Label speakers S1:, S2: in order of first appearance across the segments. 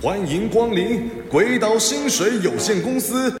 S1: 欢迎光临鬼岛薪水有限公司。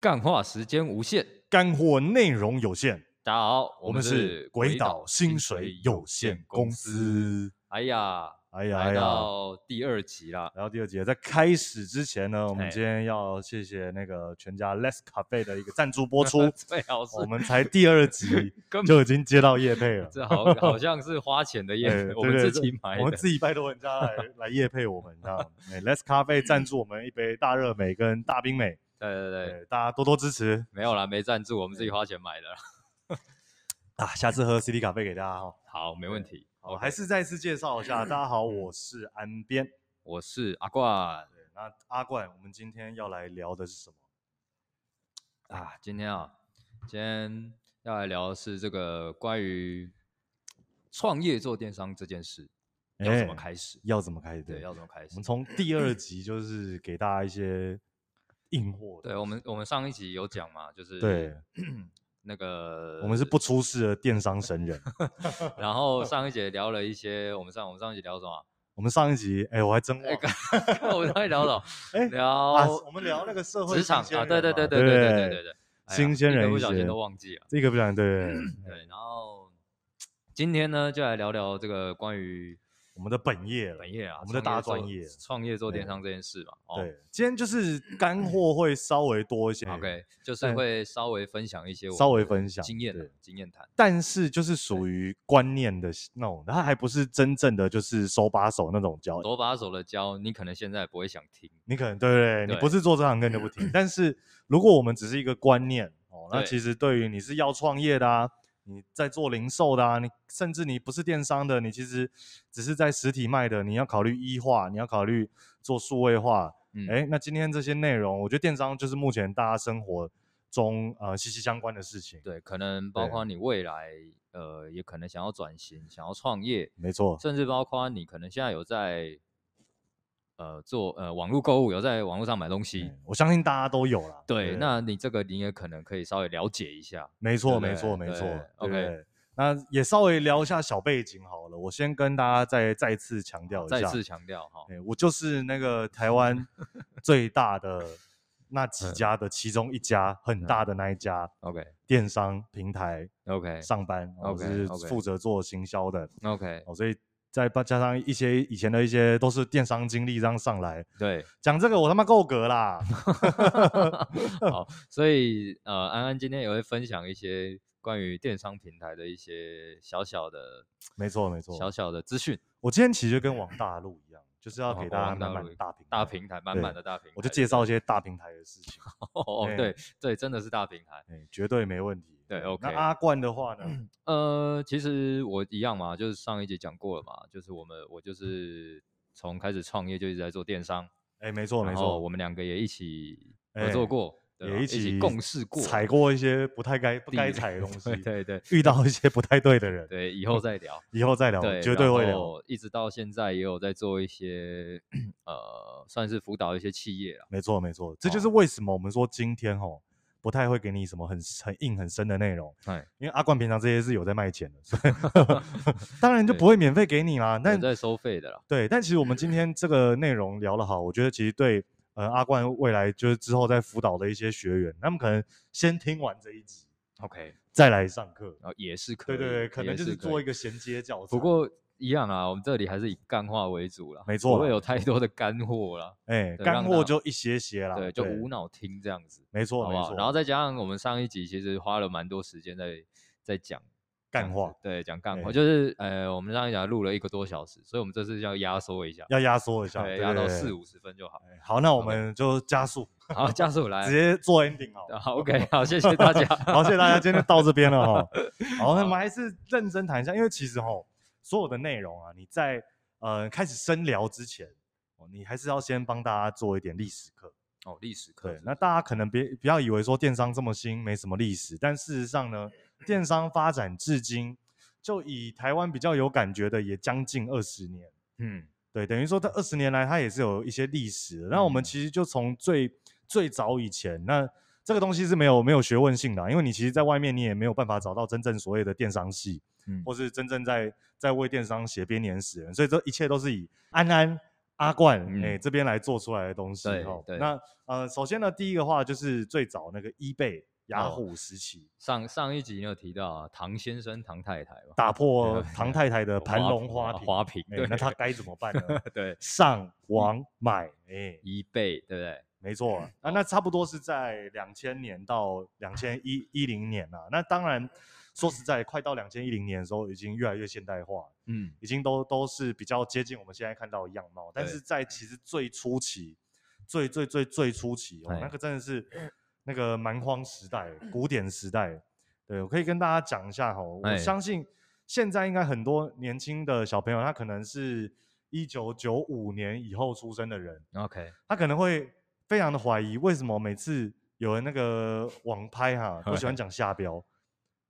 S2: 干话时间无限。
S1: 干货内容有限，
S2: 大家好，
S1: 我们是鬼岛薪水有限公。司。
S2: 哎呀，
S1: 哎呀哎
S2: 来
S1: 呀！
S2: 到第二集啦，
S1: 然后第二节在开始之前呢，我们
S2: 哎，
S1: 今天要谢谢那个全家 Less Cafe 的一个赞助播出
S2: 最好是
S1: 我们才第二 集
S2: 根本
S1: 就已经接到叶配了。
S2: 这好好像是花钱的
S1: 哎
S2: 耶，
S1: 对
S2: 我们
S1: 对
S2: 自己买
S1: 我们
S2: 的。
S1: 自己拜托人家来来夜配我们，这样。哎，Let's 咖啡赞助我们一杯大热美跟大冰美，
S2: 对对对，
S1: 哎大家多多支持
S2: 没有啦，没赞助，我们自己花钱买的啦。
S1: 啊！下次喝 CD 咖啡给大家哈。
S2: 好，没问题。
S1: 好，
S2: 好，
S1: 还是再次介绍一 下，大家好，
S2: 嗯
S1: 我是安边。
S2: 我是阿冠
S1: 对，那阿怪，我们今天要来聊的是什么？
S2: 啊，今天啊，今天要来聊的是这个关于创业做电商这件事要怎么
S1: 哎
S2: 开始。
S1: 要怎么开始？
S2: 对，
S1: 对，
S2: 要怎么开
S1: 我
S2: 始
S1: 们？从第二集就是给大家一些硬货的。
S2: 对我们，我们上一集有讲嘛，就是
S1: 对，
S2: 那个
S1: 我们是不出世的电商神 人。
S2: 然后上一节聊了一些，我们上我们上一节聊什么啊？
S1: 我们上一集，哎，我还真忘了，
S2: 我们上一集聊什么？
S1: 哎，啊，我
S2: 聊
S1: 们聊那个社会
S2: 职场
S1: 新鲜
S2: 啊，
S1: 人
S2: 对对
S1: 嘛
S2: 对
S1: 对
S2: 对对
S1: 不
S2: 对对对，哎呀
S1: 新鲜人
S2: 一个不
S1: 一
S2: 小心
S1: 些嗯
S2: 都忘记啊了。
S1: 这个不然对，
S2: 对，然后今天呢，就来聊聊这个关于
S1: 我们的本业了，
S2: 本业啊，
S1: 我们的大
S2: 创
S1: 专
S2: 做
S1: 业
S2: 创业做电
S1: 对
S2: 商这件事嘛。哦
S1: 对，今天就是干货会稍微多一些
S2: ，OK，就是
S1: 但
S2: 会稍微分享一些我
S1: 稍
S2: 们
S1: 微
S2: 的
S1: 分享
S2: 经验啊
S1: 对
S2: 经验谈。
S1: 但是就是属于观念的那种，它还不是真正的就是手把手那种教，
S2: 手把手的教，你可能现在不会想听。
S1: 你可能对对对，
S2: 对
S1: 你不是做这行根本就不听。但是如果我们只是一个观念哦，那
S2: 对
S1: 其实对于你是要创业的啊，你在做零售的啊，你甚至你不是电商的，你其实只是在实体卖的，你要考虑一化，你要考虑做数位化。
S2: 嗯，
S1: 哎、那今天这些内容，我觉得电商就是目前大家生活中呃息息相关的事情。，
S2: 对，可能包
S1: 对
S2: 括你未来，呃，也可能想要转型，想要创业，
S1: 没错，
S2: 甚至包括你可能现在有在，呃，做呃网络购物，有在网络上买东西。
S1: 哎我相信大家都有啦。
S2: 对，那你这个你也可能可以稍微了解一下。
S1: 没错，
S2: 对
S1: 没错，
S2: 对
S1: 没错。对
S2: ，OK
S1: 对那也稍微聊一下小背景好了。我先跟大家再再次强调一下，
S2: 再次强调哈，
S1: 哎、我就是那个台湾最大 的那
S2: 嗯
S1: 几家的其中一家，很大的那一家
S2: OK
S1: 电商平台
S2: OK
S1: 上班，哦我
S2: OK，
S1: 是
S2: OK
S1: 负责做行销的
S2: OK，
S1: 哦，所以再加加上一些以前的一些都是电商经历这样上来，
S2: 对，
S1: 讲这个我他妈够格啦，哦
S2: 好，所以呃，安安今天也会分享一些关于电商平台的一些小小的、
S1: 没错没错，
S2: 小小的资讯，
S1: 我今天其实就跟王大陆一样，就是要
S2: 哦
S1: 给
S2: 哦
S1: 大家
S2: 王大
S1: 满满
S2: 陆
S1: 的大平
S2: 大
S1: 台
S2: 平台满满
S1: 对
S2: 的大平台，
S1: 我就介绍一些大平台的事 情，
S2: 哦，
S1: 哎
S2: 对对，真的是大平台。
S1: 哎、绝对没问题。
S2: 对
S1: 那
S2: ，OK
S1: 阿冠的话呢？
S2: 呃，其实我一样嘛，就是上一集讲过了嘛，就是我们我就是从开始创业就一直在做电商，
S1: 哎、没错没
S2: 然后
S1: 错，
S2: 我们两个也一起合
S1: 哎
S2: 作过，对吧啊
S1: 也
S2: 一
S1: 起
S2: 共事过，
S1: 踩过一些不太该不
S2: 地
S1: 该
S2: 雷
S1: 踩的东西，
S2: 对对对
S1: 遇到一些不太对的人，
S2: 对，以后再聊。
S1: 以后再聊，
S2: 对，
S1: 绝对会
S2: 然
S1: 聊，
S2: 后一直到现在也有在做一些呃，算是辅导一些企业了。
S1: 没错没错，这就是为什么我们说今天哦。不太会给你什么很很硬很深的内容，
S2: 哎，
S1: 因为阿冠平常这些是有在卖钱的，所 以当然就不会免费给你啦。
S2: 有
S1: 但
S2: 在收费的啦。
S1: 对，但其实我们
S2: 嗯
S1: 今天这个内容聊得好，我觉得其实对呃阿冠未来就是之后在辅导的一些学员，他们可能先听完这一集
S2: OK，
S1: 再来上课。
S2: 然后也是
S1: 对
S2: 可以，
S1: 对对，可能
S2: 也
S1: 就是
S2: 可
S1: 做
S2: 以
S1: 一个衔接教材。
S2: 不过一样啊，我们这里还是以干话为主啦，
S1: 没错
S2: 不会
S1: 啦
S2: 有
S1: 没
S2: 太多的干货啦，
S1: 哎，
S2: 对
S1: 干
S2: 让
S1: 货
S2: 他
S1: 就一些些啦，
S2: 对，就无脑听这样子，
S1: 没错
S2: 好
S1: 没
S2: 不好？
S1: 错。
S2: 然后再加上我们上一集其实花了蛮多时间在在讲这
S1: 干
S2: 样
S1: 话
S2: 子，对，讲干
S1: 哎
S2: 话，就是呃，我们上一集录了一个多小时，所以我们这次要压缩一下，
S1: 要压缩一下，
S2: 对，
S1: 对
S2: 压
S1: 对
S2: 到
S1: 对
S2: 四五十分就好。哎
S1: 哎好，那我
S2: OK
S1: 们就加速，
S2: 好，加速来呃
S1: 直，接做 ending 好了。
S2: 好，OK，好，谢谢大 家。
S1: 好，谢谢大家，今天就到这边了哈。好，那我们还是认真谈一下，因为其实哈，所有的内容啊，你在呃开始深聊之前，哦，你还是要先帮大家做一点历史课。
S2: 哦，历史课
S1: 对
S2: 是，
S1: 那
S2: 不是
S1: 大家可能别不要以为说电商这么新，没什么历史，但事实上呢，电商发展至今，就以台湾比较有感觉的，也将近二十年。
S2: 嗯，
S1: 对，等于说它二十年来它也是有一些历史的。那我们
S2: 嗯
S1: 其实就从最最早以前，那这个东西是没有没有学问性的啊、因为你其实在外面你也没有办法找到真正所谓的电商系，
S2: 嗯
S1: 或是真正在在为电商写编年史的人，所以这一切都是以安安。阿冠，哎、
S2: 嗯
S1: 这边来做出来的东西
S2: 对
S1: 齁
S2: 对
S1: 那呃，首先呢，第一个话就是最早那个 eBay、雅
S2: 哦
S1: 虎时期，
S2: 上上一集你有提到啊，唐先生、唐太太嘛，
S1: 打破
S2: 对啊
S1: 唐太太的盘龙花
S2: 花
S1: 瓶，
S2: 花瓶，
S1: 哎
S2: 对，
S1: 那他该怎么办 呢？
S2: 对
S1: 上网买，哎、
S2: 一倍，对不对？
S1: 没错 啊，那差不多是在两千年到两千一一零年啊。那当然，说实在，快到两千一零年的时候，已经越来越现代化，
S2: 嗯，
S1: 已经都都是比较接近我们现在看到的样貌。但
S2: 对
S1: 是在其实最初期，最最最最初期哦
S2: 哎，
S1: 那个真的是那个蛮荒时代、古典时代。对，我可以跟大家讲一下哈，我
S2: 哎
S1: 相信现在应该很多年轻的小朋友，他可能是一九九五年以后出生的人。
S2: OK，
S1: 他可能会非常的怀疑，为什么每次有人那个网拍哈、都喜欢讲下标，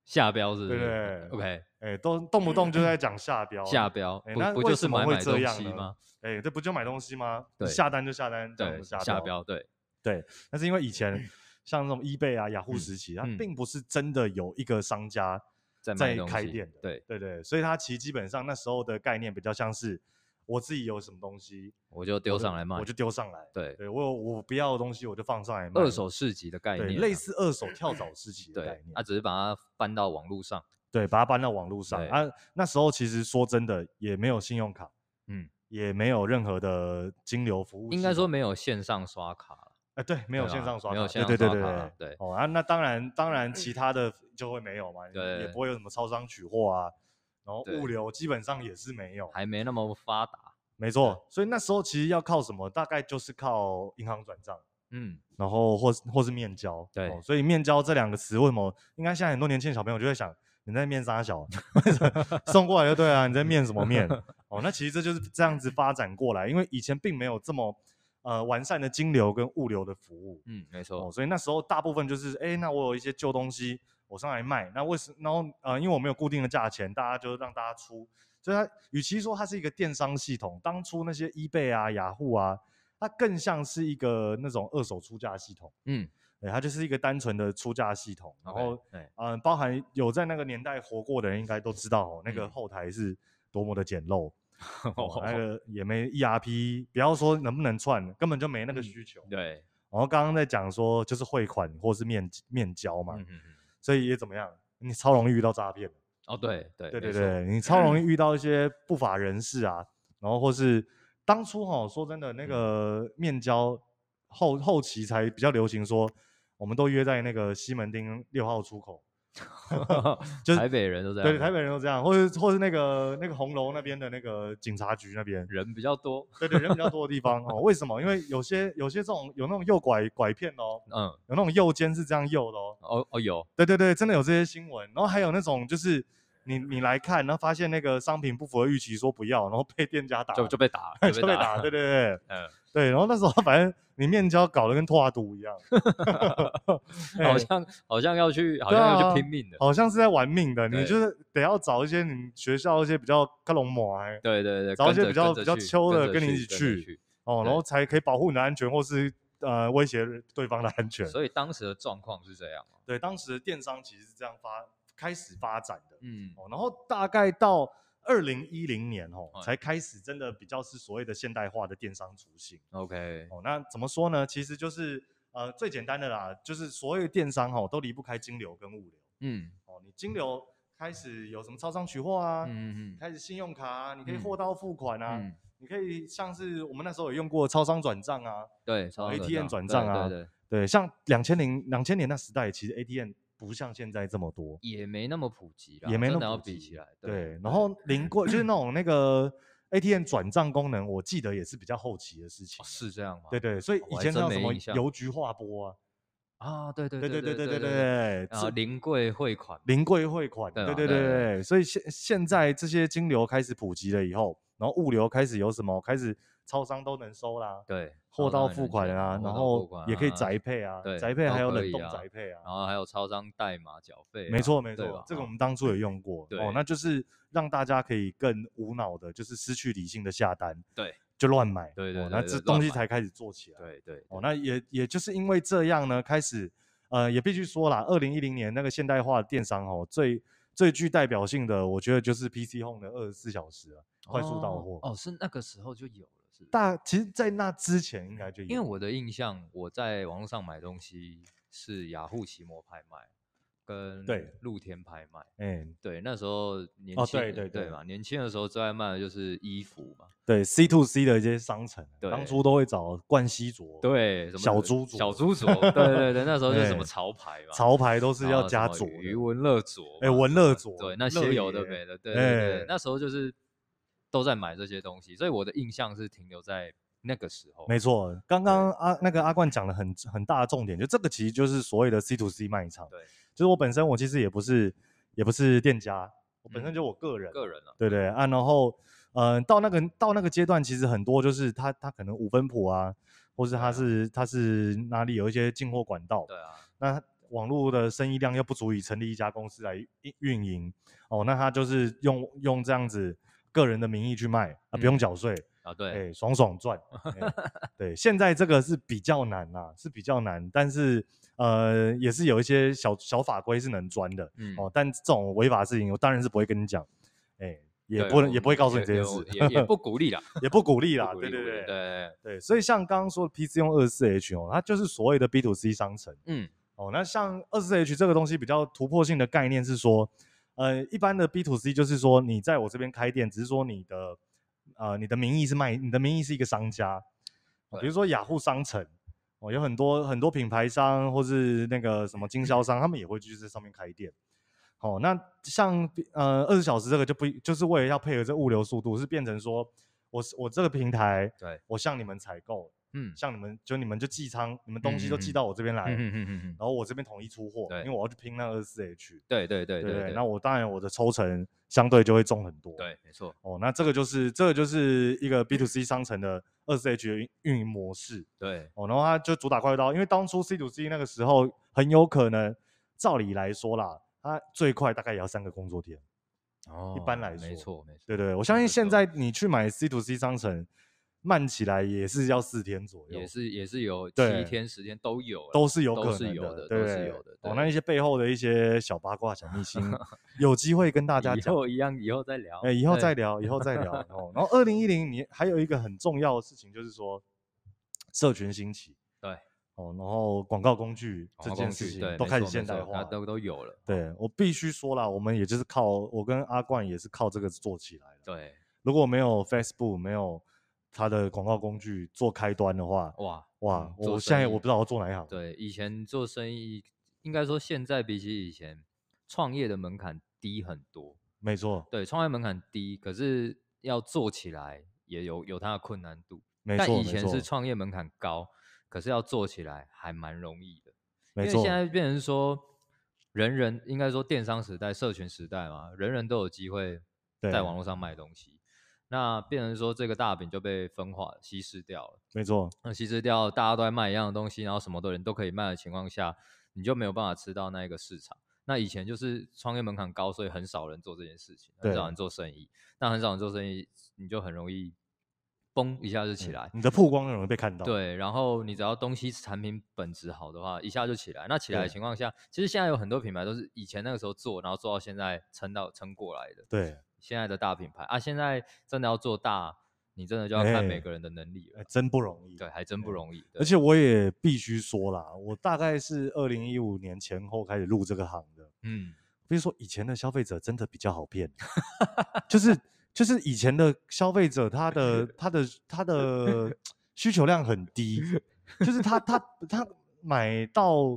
S2: 下标是不
S1: 对
S2: 是
S1: 对
S2: ？OK，
S1: 哎、都动不动就在讲下标，
S2: 下，标
S1: 哎那
S2: 不不
S1: 为
S2: 就
S1: 什
S2: 是
S1: 么
S2: 买
S1: 会
S2: 买
S1: 这
S2: 东
S1: 样
S2: 西
S1: 呢
S2: 吗？
S1: 哎、这不就买东西吗？
S2: 对
S1: 下单就下单，这样
S2: 对，
S1: 子下
S2: 下标对，
S1: 对。但是因为以前 像这种 eBay 啊、雅虎
S2: 嗯
S1: 时期，它
S2: 嗯
S1: 并不是真的有一个商家，
S2: 在
S1: 在
S2: 卖东
S1: 开
S2: 西
S1: 店的
S2: 对
S1: 对对，所以它其实基本上那时候的概念比较像是我自己有什么东西
S2: 我就丢
S1: 我就
S2: 上来卖
S1: 我，就丢上来，
S2: 对，
S1: 对我有我不要的东西我就放上来卖，
S2: 二手市集的概
S1: 对，
S2: 念啊，
S1: 类似二手跳蚤时期的概
S2: 对
S1: 念，，
S2: 啊，只是把它搬到网络上，
S1: 对，把它搬到网络上
S2: 对
S1: 啊。那时候其实说真的，也没有信用卡，
S2: 嗯，
S1: 也没有任何的金流服务系统，
S2: 应该说没有线上刷卡了，
S1: 哎，对，没有
S2: 对
S1: 线
S2: 吧
S1: 上刷卡，
S2: 没有线
S1: 对
S2: 上
S1: 对对
S2: 刷卡
S1: 对
S2: 啦对
S1: 哦啊，那当然，当然其他的就会没有嘛，也
S2: 对
S1: 不会有什么超商取货啊，然后
S2: 对
S1: 物流基本上也是没有，
S2: 还没那么发达，
S1: 没错。所以那时候其实要靠什么？大概就是靠银行转账。
S2: 嗯，
S1: 然后或是或是面交，
S2: 对
S1: 哦所以面交这两个词为什么？应该现在很多年轻的小朋友就在想，你在面啥小，啊 送过来就对啊，你在面什么面？哦，那其实这就是这样子发展过来，因为以前并没有这么呃完善的金流跟物流的服务，
S2: 嗯，没
S1: 哦，
S2: 错，
S1: 所以那时候大部分就是，哎，那我有一些旧东西，我上来卖，那为什？然后呃，因为我没有固定的价钱，大家就让大家出，所以它与其说它是一个电商系统，当初那些 eBay 啊、雅虎啊，它更像是一个那种二手出价系统。
S2: 嗯，
S1: 对，它就是一个单纯的出价系统，然
S2: OK，
S1: 后
S2: 对，
S1: 嗯、呃包含有在那个年代活过的人应该都知道、哦，那个
S2: 嗯
S1: 后台是多么的简陋， 哦那个也没 ERP，不要说能不能串，根本就没那个
S2: 嗯
S1: 需求。
S2: 对，
S1: 然后刚刚在讲说就是汇款或是面面交嘛，
S2: 嗯嗯嗯，
S1: 所以也怎么样，你超容易遇到诈骗的，
S2: 哦，对对
S1: 对对
S2: 没错
S1: 对，你超容易遇到一些不法人士啊，然后或是当初哈、说真
S2: 嗯
S1: 的那个面交后后期才比较流行说，我们都约在那个西门町六号出口， 就是
S2: 台北人都这样，
S1: 对，台北人都这样，或是或是那个那个红楼那边的那个警察局那边，
S2: 人比较多，
S1: 对对，人比较多的地方哦。为什么？因为有些有些这种有那种诱拐拐骗哦，
S2: 嗯，
S1: 有那种诱奸是这样诱的哦。
S2: 哦哦有，
S1: 对对对，真的有这些新闻。然后还有那种就是你你来看，然后发现那个商品不符合预期，说不要，然后被店家打，，
S2: 就就被打
S1: 就
S2: 就
S1: 被
S2: 被
S1: 打。
S2: 打，
S1: 对对对
S2: 嗯，
S1: 对。然后那时候反正你面交搞得跟拓毒一样，哎
S2: 好像好像要去，好
S1: 对
S2: 像
S1: 啊
S2: 要去拼命的，
S1: 好像是在玩命的，你
S2: 对
S1: 就是得要找一些你学校一些比较克隆模哎
S2: 对对对，
S1: 找一
S2: 跟
S1: 些
S2: 着
S1: 比较
S2: 跟着
S1: 比较
S2: 去
S1: 秋的
S2: 着
S1: 跟你一起
S2: 跟着
S1: 去哦，然后才可以保护你的安全，或是呃威胁对方的安全。
S2: 所以当时的状况是这样啊嘛，
S1: 对，当时的电商其实是这样发开始发展的。
S2: 嗯，
S1: 哦，然后大概到二零一零年哦，
S2: 哎
S1: 才开始真的比较是所谓的现代化的电商雏形。
S2: OK，
S1: 哦，那怎么说呢？其实就是呃最简单的啦，就是所有的电商哦都离不开金流跟物流。
S2: 嗯
S1: 哦，你金流开始有什么超商取货啊，
S2: 嗯嗯
S1: 开始信用卡啊，你可以
S2: 嗯
S1: 货到付款啊，
S2: 嗯，
S1: 你可以像是我们那时候有用过超商转账啊，
S2: 对，超
S1: 哦
S2: 商
S1: ATM 转
S2: 对
S1: 账啊
S2: 对对，
S1: 对，像两千零两千年那时代，其实 ATM 不像现在这么多。
S2: 也没那么普及啦，
S1: 也没那
S2: 真
S1: 么
S2: 的要
S1: 普
S2: 比
S1: 及
S2: 起来，
S1: 对，然后临柜就是那种那 个 ATM 转账功能，我记得也是比较后期的事情
S2: 哦
S1: 了。
S2: 是这样吗？哦
S1: 对对，所以
S2: 我
S1: 以
S2: 还
S1: 前
S2: 真
S1: 还有什
S2: 没
S1: 么
S2: 印象
S1: 邮局划拨啊，
S2: 啊，对对
S1: 对
S2: 对
S1: 对对对
S2: 对对，
S1: 对，
S2: 然后
S1: 是
S2: 临柜汇款，
S1: 临柜汇款，
S2: 对
S1: 对
S2: 啊
S1: 对对
S2: 对对对
S1: 对，所以现现在这些金流开始普及了以后，然后物流开始有什么开始超商都能收啦，
S2: 对，
S1: 货
S2: 超
S1: 到
S2: 商也
S1: 付
S2: 能
S1: 款
S2: 收
S1: 啊，
S2: 货
S1: 然
S2: 到付
S1: 后
S2: 款
S1: 也可以
S2: 啊
S1: 宅配啊
S2: 对，
S1: 宅配
S2: 都
S1: 还有
S2: 可
S1: 冷
S2: 以
S1: 冻
S2: 啊
S1: 宅配啊
S2: 然，后还有超商代码缴费啊、
S1: 没错没
S2: 对
S1: 错
S2: 吧，
S1: 这个我们
S2: 哦
S1: 当初也用过，哦
S2: 对，
S1: 那就是让大家可以更无脑的，就是失去理性的下单，
S2: 对，
S1: 就乱买，
S2: 对对
S1: 哦
S2: 对
S1: 那
S2: 对
S1: 这
S2: 乱
S1: 东西
S2: 买
S1: 才开始做起来，
S2: 对对
S1: 哦，那也也就是因为这样呢，开始呃，也必须说啦，二零一零年那个现代化的电商哦，最最具代表性的，我觉得就是 PC Home 的二十四小时啊，快速到
S2: 哦
S1: 货。
S2: 哦，是那个时候就有了，是不是
S1: 大其实，在那之前应该就有，
S2: 因为我的印象，我在网络上买东西是雅虎奇摩拍卖跟
S1: 对
S2: 露天拍卖。
S1: 哎、
S2: 对，那时候年
S1: 哦
S2: 轻
S1: 对
S2: 人、
S1: 对对
S2: 嘛，年轻的时候最爱卖的就是衣服嘛，
S1: 对 C to C 的一些商城，啊
S2: 对
S1: 当初都会找冠希卓，，
S2: 对，什么
S1: 哦小猪
S2: 小
S1: 卓
S2: 猪卓，对对对，那时候就是什么
S1: 对
S2: 潮牌嘛，
S1: 潮牌都是
S2: 然
S1: 要
S2: 后啊什
S1: 加
S2: 么
S1: 佐的，
S2: 余文乐佐
S1: 哎
S2: 嘛
S1: 文
S2: 什
S1: 乐
S2: 么
S1: 佐
S2: 对，那
S1: 乐
S2: 些有的
S1: 爷
S2: 没的，对对对，
S1: 哎
S2: 那时候就是都在买这些东西，所以我的印象是停留在那个时候，
S1: 没错，刚刚阿那个阿冠讲的很很大的重点，就这个其实就是所谓的 C to C 卖场。
S2: 对，
S1: 就是我本身我其实也不是也不是店家，我本身
S2: 嗯
S1: 就我个人，
S2: 个人啊，
S1: 对对啊，然后嗯、呃到那个到那个阶段，其实很多就是他他可能五分谱啊，或是
S2: 对啊
S1: 他是、他是哪里有一些进货管道，
S2: 对啊，
S1: 那网络的生意量又不足以成立一家公司来运运营哦，那他就是用用这样子个人的名义去卖啊，不用
S2: 嗯
S1: 缴税。
S2: 啊对，
S1: 哎、爽爽 赚、哎对，现在这个是比较难啦、是比较难，但是呃，也是有一些小小法规是能钻的、
S2: 嗯
S1: 哦。但这种违法事情，我当然是不会跟你讲，哎、也
S2: 对
S1: 不能
S2: 我
S1: 也不会告诉你
S2: 也
S1: 这件
S2: 也
S1: 事，
S2: 也也不鼓励啦，
S1: 也不鼓励啦。
S2: 不鼓
S1: 对
S2: 励
S1: 对
S2: 鼓励
S1: 对
S2: 对，
S1: 对，所以像刚刚说的 PC 用二四 H 哦，它就是所谓的 B to C 商城。
S2: 嗯，
S1: 哦，那像二四 H 这个东西比较突破性的概念是说，呃，一般的 B to C 就是说你在我这边开店，只是说你的呃你的名义是卖，你的名义是一个商家，哦比
S2: 对
S1: 如说雅虎商城，哦，有很多很多品牌商或是那个什么经销商，他们也会去这上面开店。哦，那像呃二十小时这个就不就是为了要配合这物流速度，是变成说我是我这个平台，
S2: 对，
S1: 我向你们采购，
S2: 嗯，
S1: 向你们就你们就寄仓，你们东西都
S2: 嗯
S1: 寄
S2: 嗯
S1: 到我这边来，
S2: 嗯嗯嗯嗯嗯
S1: 然，后我这边统一出货，
S2: 对
S1: 因为我要去拼那二四 H，
S2: 对对对
S1: 对不
S2: 对，
S1: 那我当然我的抽成相对就会重很多。，
S2: 对没错，
S1: 哦，那这个就是这个就是一个 B to C 商城的二四 H 的运运营模式
S2: 对
S1: 哦，然后它就主打快刀，因为当初 C to C 那个时候很有可能，照理来说啦，它最快大概也要三个工作天，
S2: 哦
S1: 般来说
S2: 没错没错，
S1: 对不对？我
S2: 那
S1: 相信
S2: 个时
S1: 现
S2: 候
S1: 在你去买 C to C 商城，慢起来也是要四天左右，
S2: 也是也是有七
S1: 对
S2: 天十天都有啦，
S1: 都是有
S2: 都
S1: 可
S2: 是
S1: 能
S2: 有
S1: 的，
S2: 的
S1: 对
S2: 都
S1: 不
S2: 是
S1: 对
S2: 有的
S1: 哦，
S2: 对
S1: 那一些背后的一些小八卦、小秘 辛，有机会跟大家
S2: 以
S1: 讲。
S2: 后一样以后再聊，
S1: 哎、以后
S2: 对
S1: 再聊，以后再 聊。哦，然后二零一零年还有一个很重要的事情，就是说社群兴起。
S2: 对。
S1: 哦，然后广告工具
S2: 广
S1: 这
S2: 告
S1: 件
S2: 工
S1: 事
S2: 具
S1: 情
S2: 对
S1: 都
S2: 没
S1: 开始
S2: 错
S1: 现
S2: 没错
S1: 代
S2: 那
S1: 化。
S2: 都都有了，
S1: 对我必须说啦，我们也就是靠我跟阿冠也是靠这个做起来的。
S2: 对，
S1: 如果没有 Facebook，没有它的广告工具做开端的话，
S2: 哇
S1: 哇
S2: 嗯，做
S1: 我
S2: 生
S1: 现在
S2: 意
S1: 我不知道要做哪一行。
S2: 对，以前做生意，应该说现在比起以前，创业的门槛低很多。
S1: 没错，
S2: 对，创业门槛低，可是要做起来也有有它的困难度。
S1: 没
S2: 但
S1: 错，没
S2: 以前
S1: 错
S2: 是创业门槛高，可是要做起来还蛮容易的。
S1: 没
S2: 因为
S1: 错，
S2: 现在变成说，人人应该说电商时代、社群时代嘛，人人都有机会
S1: 对
S2: 在网络上卖东西。那变成说，这个大饼就被分化稀释掉了。
S1: 没错，
S2: 那稀释掉，大家都在卖一样的东西，然后什么的人都可以卖的情况下，你就没有办法吃到那一个市场。那以前就是创业门槛高，所以很少人做这件事情，很
S1: 对
S2: 少人做生意。那很少人做生意，你就很容易嘣一下就起来。
S1: 嗯你的曝光很容易被看到。
S2: 对，然后你只要东西产品本质好的话，一下就起来。那起来的
S1: 对
S2: 情况下，其实现在有很多品牌都是以前那个时候做，然后做到现在撑到撑过来的。
S1: 对，
S2: 现在的大品牌啊，现在真的要做大，你真的就要看每
S1: 哎
S2: 个人的能力了
S1: 哎
S2: 啦。
S1: 真不容易。
S2: 对，还真不
S1: 哎
S2: 容易。对
S1: 而且我也必须说啦，我大概是二零一五年前后开始入这个行的。
S2: 嗯，
S1: 比如说，以前的消费者真的比较好 骗，就是就是以前的消费者他 的他的他的需求量很低，就是他他他买到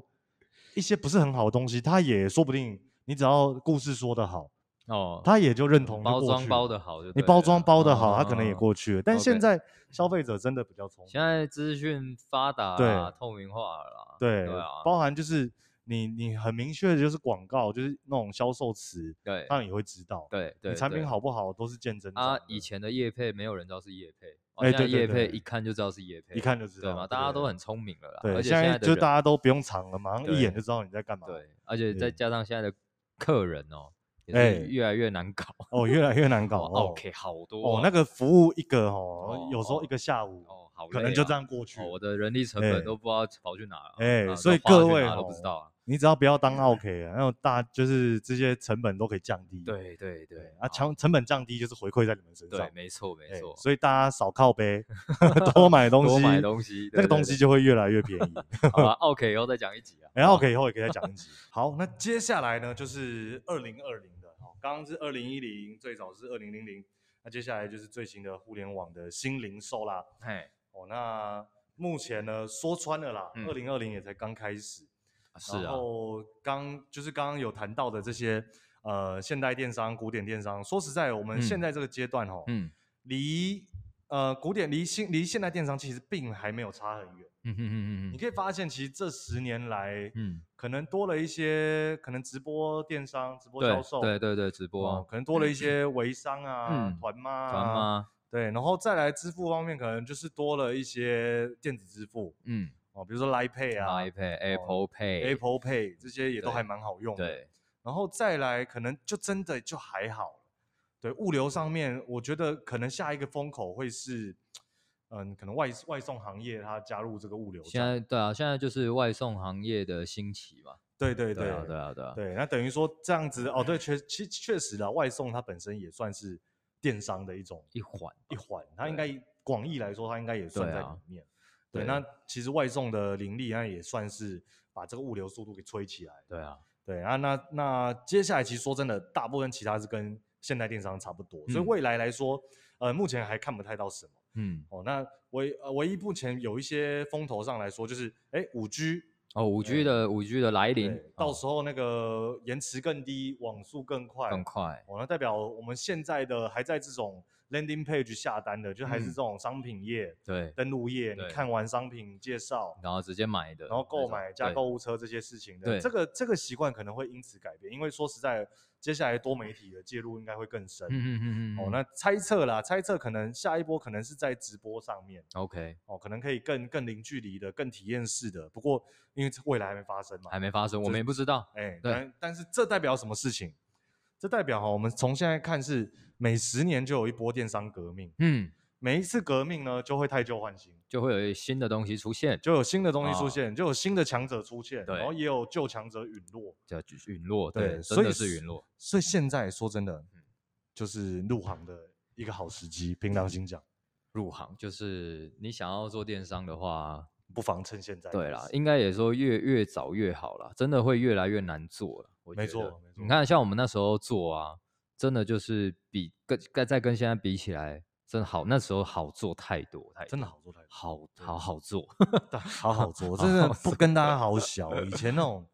S1: 一些不是很好的东西，他也说不定你只要故事说得好，
S2: 哦，
S1: 他也就认同就
S2: 包
S1: 过
S2: 装
S1: 去
S2: 包
S1: 了
S2: 的好就对了，
S1: 你包装包的好，他可能也
S2: 嗯。
S1: 过去了。但现
S2: OK
S1: 在消费者真的比较聪明，
S2: 现在资讯发达
S1: 对
S2: 啦，透明化了啦，
S1: 对
S2: 对啊，
S1: 包含就是你你很明确的就是广告，就是那种销售词，
S2: 对
S1: 当然也会知道。
S2: 对对，
S1: 你产
S2: 对
S1: 品好不好都是见真章
S2: 啊
S1: 的。，
S2: 以前的业配没有人知道是业配，哦
S1: 哎
S2: 现在
S1: 对对
S2: 业配
S1: 对
S2: 一看就知道是业配，
S1: 一看就知
S2: 对
S1: 道
S2: 嘛，
S1: 了，
S2: 大家
S1: 对
S2: 都很聪明了啦，
S1: 对，
S2: 而且
S1: 现
S2: 现
S1: 在
S2: 在
S1: 就大
S2: 家
S1: 家都不用藏了，马上一眼
S2: 对
S1: 就知道你在干嘛。，
S2: 对，而且
S1: 对
S2: 再加上现在的客人哦，
S1: 哎
S2: 也是越来越难搞，
S1: 哦，越来越难搞
S2: 哦
S1: 哦。
S2: ，OK，好多
S1: 哦，那个服务一个哦
S2: 哦，
S1: 有时候
S2: 哦
S1: 一个下午
S2: 哦，好
S1: 可
S2: 累
S1: 能就
S2: 啊
S1: 这样过去
S2: 哦，。我的人力成本
S1: 哎
S2: 都不知道跑去哪了啊，
S1: 哎
S2: 啊
S1: 所
S2: 都
S1: 以
S2: 花去
S1: 各位
S2: 哪都不
S1: 哦
S2: 知道啊，
S1: 你只要不要当 OK 啊，然后大就是这些成本都可以降低。
S2: 对对对
S1: 对，啊，
S2: 好
S1: 成成本降低就是回馈在你们身
S2: 对，
S1: 上。
S2: 没错没
S1: 哎
S2: 错，
S1: 所以大家少靠 背， 多买东
S2: 多
S1: 西，
S2: 买东西，
S1: 那
S2: 对
S1: 个东西，就会越来越便 宜。
S2: 对对好吧，OK，以后再讲一 集啊，
S1: 然后 OK，以后也可以再讲 一集。好，那接下来呢，就是二零二零的，哦，刚刚是二零一零，最早是二零零零，那接下来就是最新的互联网的新零售啦。
S2: 嘿，
S1: 哦，那目前呢，说穿了啦，
S2: 嗯
S1: 二零二零也才刚开始，
S2: 是
S1: 然
S2: 啊，
S1: 后刚就是刚刚有谈到的这些呃，现代电商、古典电商，说实在，我们
S2: 嗯
S1: 现在这个阶段哦，
S2: 嗯
S1: 离呃古典离新离现代电商其实并还没有差很远。
S2: 嗯嗯嗯
S1: 你
S2: 嗯
S1: 可以发现，其实这十年来，
S2: 嗯，
S1: 可能多了一些可能直播电商、直播销售，
S2: 对对对对，直播
S1: 哦
S2: 啊，
S1: 可能多了一些微商啊、
S2: 嗯
S1: 团妈、啊、
S2: 团吗？
S1: 对，然后再来支付方面，可能就是多了一些电子支付
S2: 嗯
S1: 哦，比如说 Line Pay 啊、
S2: ，iPad、Apple Pay、
S1: Apple Pay 这些也都
S2: 对
S1: 还蛮好用的。
S2: 对，
S1: 然后再来可能就真的就还好了。对，物流上面，我觉得可能下一个风口会是，嗯，可能外外送行业它加入这个物流
S2: 现
S1: 站。
S2: 在对啊，现在就是外送行业的兴起嘛，
S1: 对对
S2: 对啊对啊对啊，
S1: 对，那等于说这样 子哦，对，确其确实啦，外送它本身也算是电商的一种
S2: 一环
S1: 一环，它应该广义来说，它应该也算
S2: 对
S1: 在
S2: 啊
S1: 里面。对，
S2: 对
S1: 那其实外送的盈利，那也算是把这个物流速度给吹起来。
S2: 对啊，
S1: 对啊，那那接下来其实说真的，大部分其他是跟现代电商差不多，所以
S2: 嗯
S1: 未来来说，呃，目前还看不太到什么。
S2: 嗯，
S1: 哦，那唯呃唯一目前有一些风头上来说，就是哎，五 G
S2: 哦，五 G 的五 G 的来临
S1: 对，到
S2: 哦
S1: 时候那个延迟更低，网速更快，
S2: 更快，
S1: 哦，那代表我们现在的还在这种 landing page 下单的，就还是
S2: 嗯
S1: 这种商品页、
S2: 对，
S1: 登录页，你
S2: 对
S1: 看完商品介绍，
S2: 然后直接买的那种，
S1: 啊然后购买加
S2: 对
S1: 购物车这些事情的，
S2: 对
S1: 这个这个习惯可能会因此改变，因为说实在，接下来多媒体的介入应该会更深。
S2: 嗯嗯嗯嗯，
S1: 哦，那猜测啦，猜测可能下一波可能是在直播上面
S2: OK
S1: 哦，可能可以更更零距离的、更体验式的。不过因为未来还没发生嘛，
S2: 还没发生，我
S1: 这
S2: 们也不知道，
S1: 哎，
S2: 对
S1: 但但是这代表什么事情？这代表哈、我们从现在看是每十年就有一波电商革命，
S2: 嗯，
S1: 每一次革命呢就会汰旧换新，
S2: 就会有一新的东西出现，
S1: 就有新的东西出
S2: 啊
S1: 现，就有新的强者出现，
S2: 对
S1: 然后也有旧强者陨落。
S2: 叫陨落，
S1: 对
S2: 对，
S1: 所
S2: 真
S1: 以
S2: 的是
S1: 是
S2: 陨落，
S1: 所以现在说真的
S2: 嗯，
S1: 就是入行的一个好时机。凭良心讲，
S2: 入行就是你想要做电商的话，
S1: 不妨趁现在。
S2: 对啦，，应该也说越越早越好啦，真的会越来越难做了。我
S1: 没
S2: 觉得
S1: 错没
S2: 你
S1: 错
S2: 看像我们那时候做啊，真的就是比跟跟再跟现在比起来，真的好，那时候好做太多太多
S1: 真的好做太多，
S2: 好好好做，
S1: 但 好好 做，真的不跟大家好小。以前那种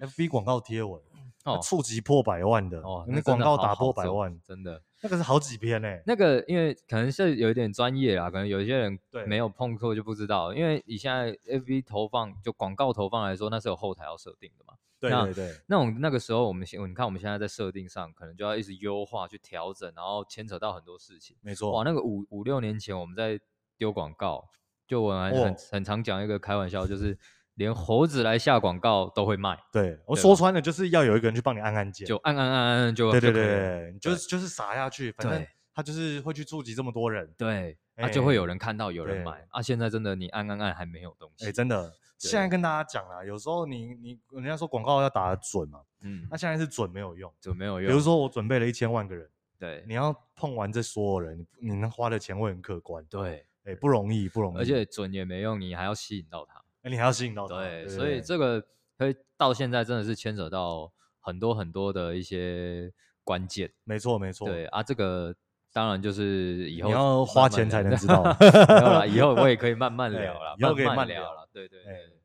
S1: FB 广告贴 文，啊
S2: 哦
S1: 触及破百万的，
S2: 哦，
S1: 你
S2: 那
S1: 广
S2: 真的
S1: 告
S2: 好
S1: 打
S2: 好
S1: 破百
S2: 做
S1: 万，
S2: 真的。
S1: 那个是好几篇呢、
S2: 那个因为可能是有一点专业啦，可能有一些人
S1: 对
S2: 没有碰过就不知道。因为你现在 FB 投放就广告投放来说，那是有后台要设定的嘛。
S1: 对
S2: 那
S1: 对对，
S2: 那种那个时候我们现你看我们现在在设定上，可能就要一直优化去调整，然后牵扯到很多事情。
S1: 没
S2: 哇，
S1: 错。
S2: 那个五五六年前我们在丢广告，就我们很、
S1: 哦
S2: 很常讲一个开玩笑，就是连猴子来下广告都会卖，
S1: 对，我
S2: 对
S1: 说
S2: 吧
S1: 穿了就是要有一个人去帮你按按键。
S2: 就按按按按按就
S1: 对对
S2: 就
S1: 对
S2: 可以了
S1: 对，你就是就是撒下去，反正
S2: 对
S1: 他就是会去触及这么多人。
S2: 对，啊就会
S1: 哎
S2: 有人看到有人
S1: 对
S2: 买啊。现在真的你按按按还没有东西，
S1: 哎、真的，现在跟大家讲啦，有时候你你人家说广告要打得准嘛，
S2: 嗯
S1: 那，现在是准没有用。
S2: 就没有
S1: 比
S2: 用。
S1: 如说我准备了一千万个人，
S2: 对
S1: 你要碰完这所有人，你你能花的钱会很可观。，
S2: 对，
S1: 哎、不容易，不容易，
S2: 而且准也没用，你还要吸引到他。
S1: 哎、你还要吸引到他。
S2: 对，
S1: 对，
S2: 所以
S1: 对
S2: 这个会到现在真的是牵扯到很多很多的一些关键。
S1: 没错没错，
S2: 对啊，这个当然就是以
S1: 你
S2: 后
S1: 要
S2: 慢
S1: 花
S2: 慢
S1: 钱
S2: 地
S1: 才能知道
S2: 没有啦，以后我也可以慢慢
S1: 哎
S2: 聊了，
S1: 以后可以
S2: 慢
S1: 慢
S2: 聊
S1: 聊
S2: 了。对对
S1: 哎
S2: 对，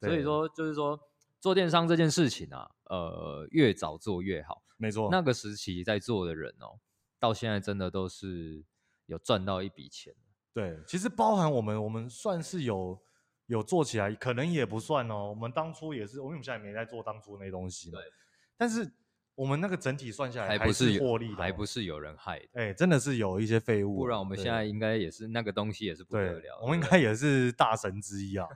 S2: 所以
S1: 对
S2: 说就是说做电商这件事情啊，呃，越早做越好。
S1: 没错。
S2: 那个时期在做的人哦，到现在真的都是有赚到一笔钱。
S1: 对，其实包含我们，我们算是有有做起来，可能也不算哦。我们当初也是，因为我们现在也没在做当初那些东西嘛。
S2: 对。
S1: 但是我们那个整体算下来
S2: 还不
S1: 是
S2: 有
S1: 获利的哦，
S2: 还不是有人害的，
S1: 哎、真的是有一些废物啊，
S2: 不然我们
S1: 对
S2: 现在应该也是那个东西也是不得
S1: 对
S2: 了，，
S1: 我们应
S2: 对
S1: 该也是大神之 一啊。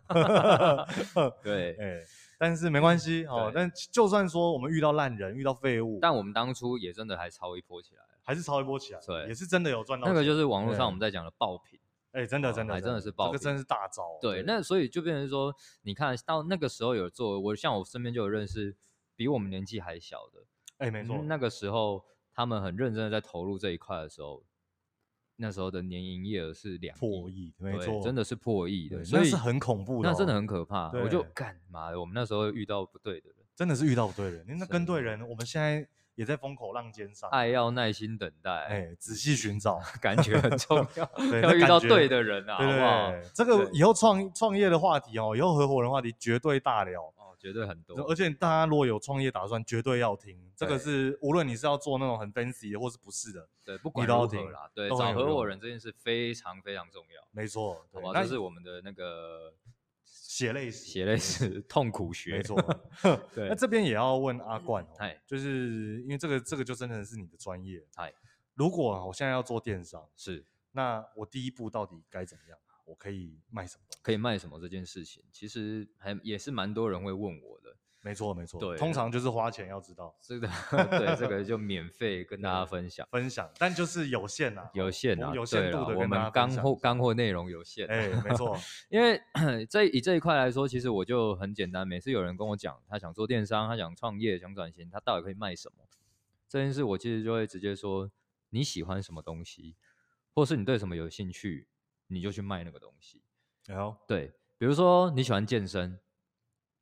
S2: 对。
S1: 哎、但是没关系哦。
S2: 嗯对
S1: 但就算说我们遇到烂人、遇到废物，
S2: 但我们当初也真的还超一波起来了，
S1: 还是超一波起来，
S2: 对
S1: 也是真的有赚到
S2: 那
S1: 钱。
S2: 个就是网络
S1: 对
S2: 上我们在讲的爆品，
S1: 哎、真的
S2: 哦
S1: 真的
S2: 还真的是
S1: 这
S2: 爆
S1: 个
S2: 品
S1: 真的是大招。
S2: 对，那所以就变成说，你看到那个时候有做，我像我身边就有认识比我们年纪还小的，
S1: 哎、没错，
S2: 嗯那个时候他们很认真的在投入这一块的时候，那时候的年营业额是两
S1: 破
S2: 亿，
S1: 亿，没
S2: 对
S1: 错，
S2: 真的是破亿
S1: 对
S2: 的，所
S1: 那
S2: 以
S1: 是很恐怖的哦、
S2: 那真的很可怕。我就
S1: 对
S2: 干嘛的，我们那时候遇到不对的人，
S1: 真的是遇到对人，那
S2: 真
S1: 跟对
S2: 的
S1: 人，我们现在也在风口浪尖上，哎、
S2: 爱要耐心等待，
S1: 仔细寻找，
S2: 感觉很 重要
S1: 哎对，
S2: 要
S1: 那
S2: 遇
S1: 感
S2: 到
S1: 觉
S2: 对的人啊，
S1: 对对
S2: 好不
S1: 对，这个
S2: 对
S1: 以后创创业的话题哦，以后合伙人话题绝对大聊。
S2: 好？哦，绝对很多，
S1: 而且大家如果有创业打算，绝对要听。这个
S2: 对
S1: 是无论你是要做那种很 fancy 的，或是不是的，
S2: 对，不管
S1: 都要
S2: 如何
S1: 听
S2: 啦，对，
S1: 都很
S2: 找
S1: 有
S2: 合伙
S1: 用
S2: 人这件事非常非常重要，
S1: 没错，
S2: 好
S1: 对
S2: 吧？
S1: 那
S2: 这是我们的那个
S1: 血泪史，
S2: 血泪史痛苦学，
S1: 没错。
S2: 对嗯
S1: 那这边也要问阿冠哦
S2: 嗨，
S1: 就是因为这个这个就真的是你的专业。
S2: 嗨，
S1: 如果啊我现在要做电商，
S2: 是。
S1: 那我第一步到底该怎么样？啊我可以卖什么东西？
S2: 可以卖什么这件事情，其实还也是蛮多人会问我的。
S1: 没错，没错，
S2: 对
S1: 通常就是花钱要知道
S2: 这 个对这个就免费跟大家分享，
S1: 分享，但就是有限 啊，
S2: 有限
S1: 我
S2: 啊，
S1: 们有
S2: 对
S1: 限
S2: 啦
S1: 度的
S2: 我
S1: 跟大
S2: 们
S1: 家
S2: 干
S1: 分享
S2: 货干货内容有限。
S1: 哎，没错，
S2: 因为 这以这一块来说，其实我就很简单。每次有人跟我讲他想做电商，他想创业，想转型，他到底可以卖什么这件事，我其实就会直接说你喜欢什么东西，或是你对什么有兴趣，你就去卖那个东西。
S1: 然后
S2: 对，比如说你喜欢健身，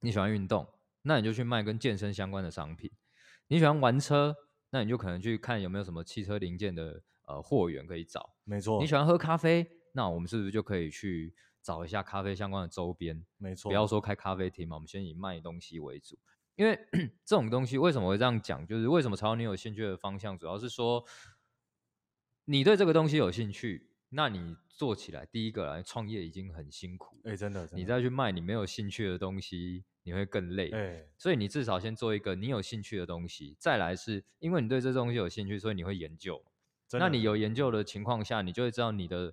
S2: 你喜欢运动，那你就去卖跟健身相关的商品；你喜欢玩车，那你就可能去看有没有什么汽车零件的呃货源可以找；
S1: 没错，
S2: 你喜欢喝咖啡，那我们是不是就可以去找一下咖啡相关的周边？
S1: 没错，
S2: 不要说开咖啡厅嘛，我们先以卖东西为主。因为 这种东西为什么会这样讲，就是为什么朝你有兴趣的方向，主要是说你对这个东西有兴趣，那你做起来第一个来创业已经很辛苦，
S1: 哎，真的，真
S2: 你
S1: 的
S2: 再去卖你没有兴趣的东西，你会更累。
S1: 哎，
S2: 所以你至少先做一个你有兴趣的东西，再来是因为你对这东西有兴趣，所以你会研究。
S1: 真
S2: 那
S1: 的
S2: 你有研究的情况下，你就会知道你的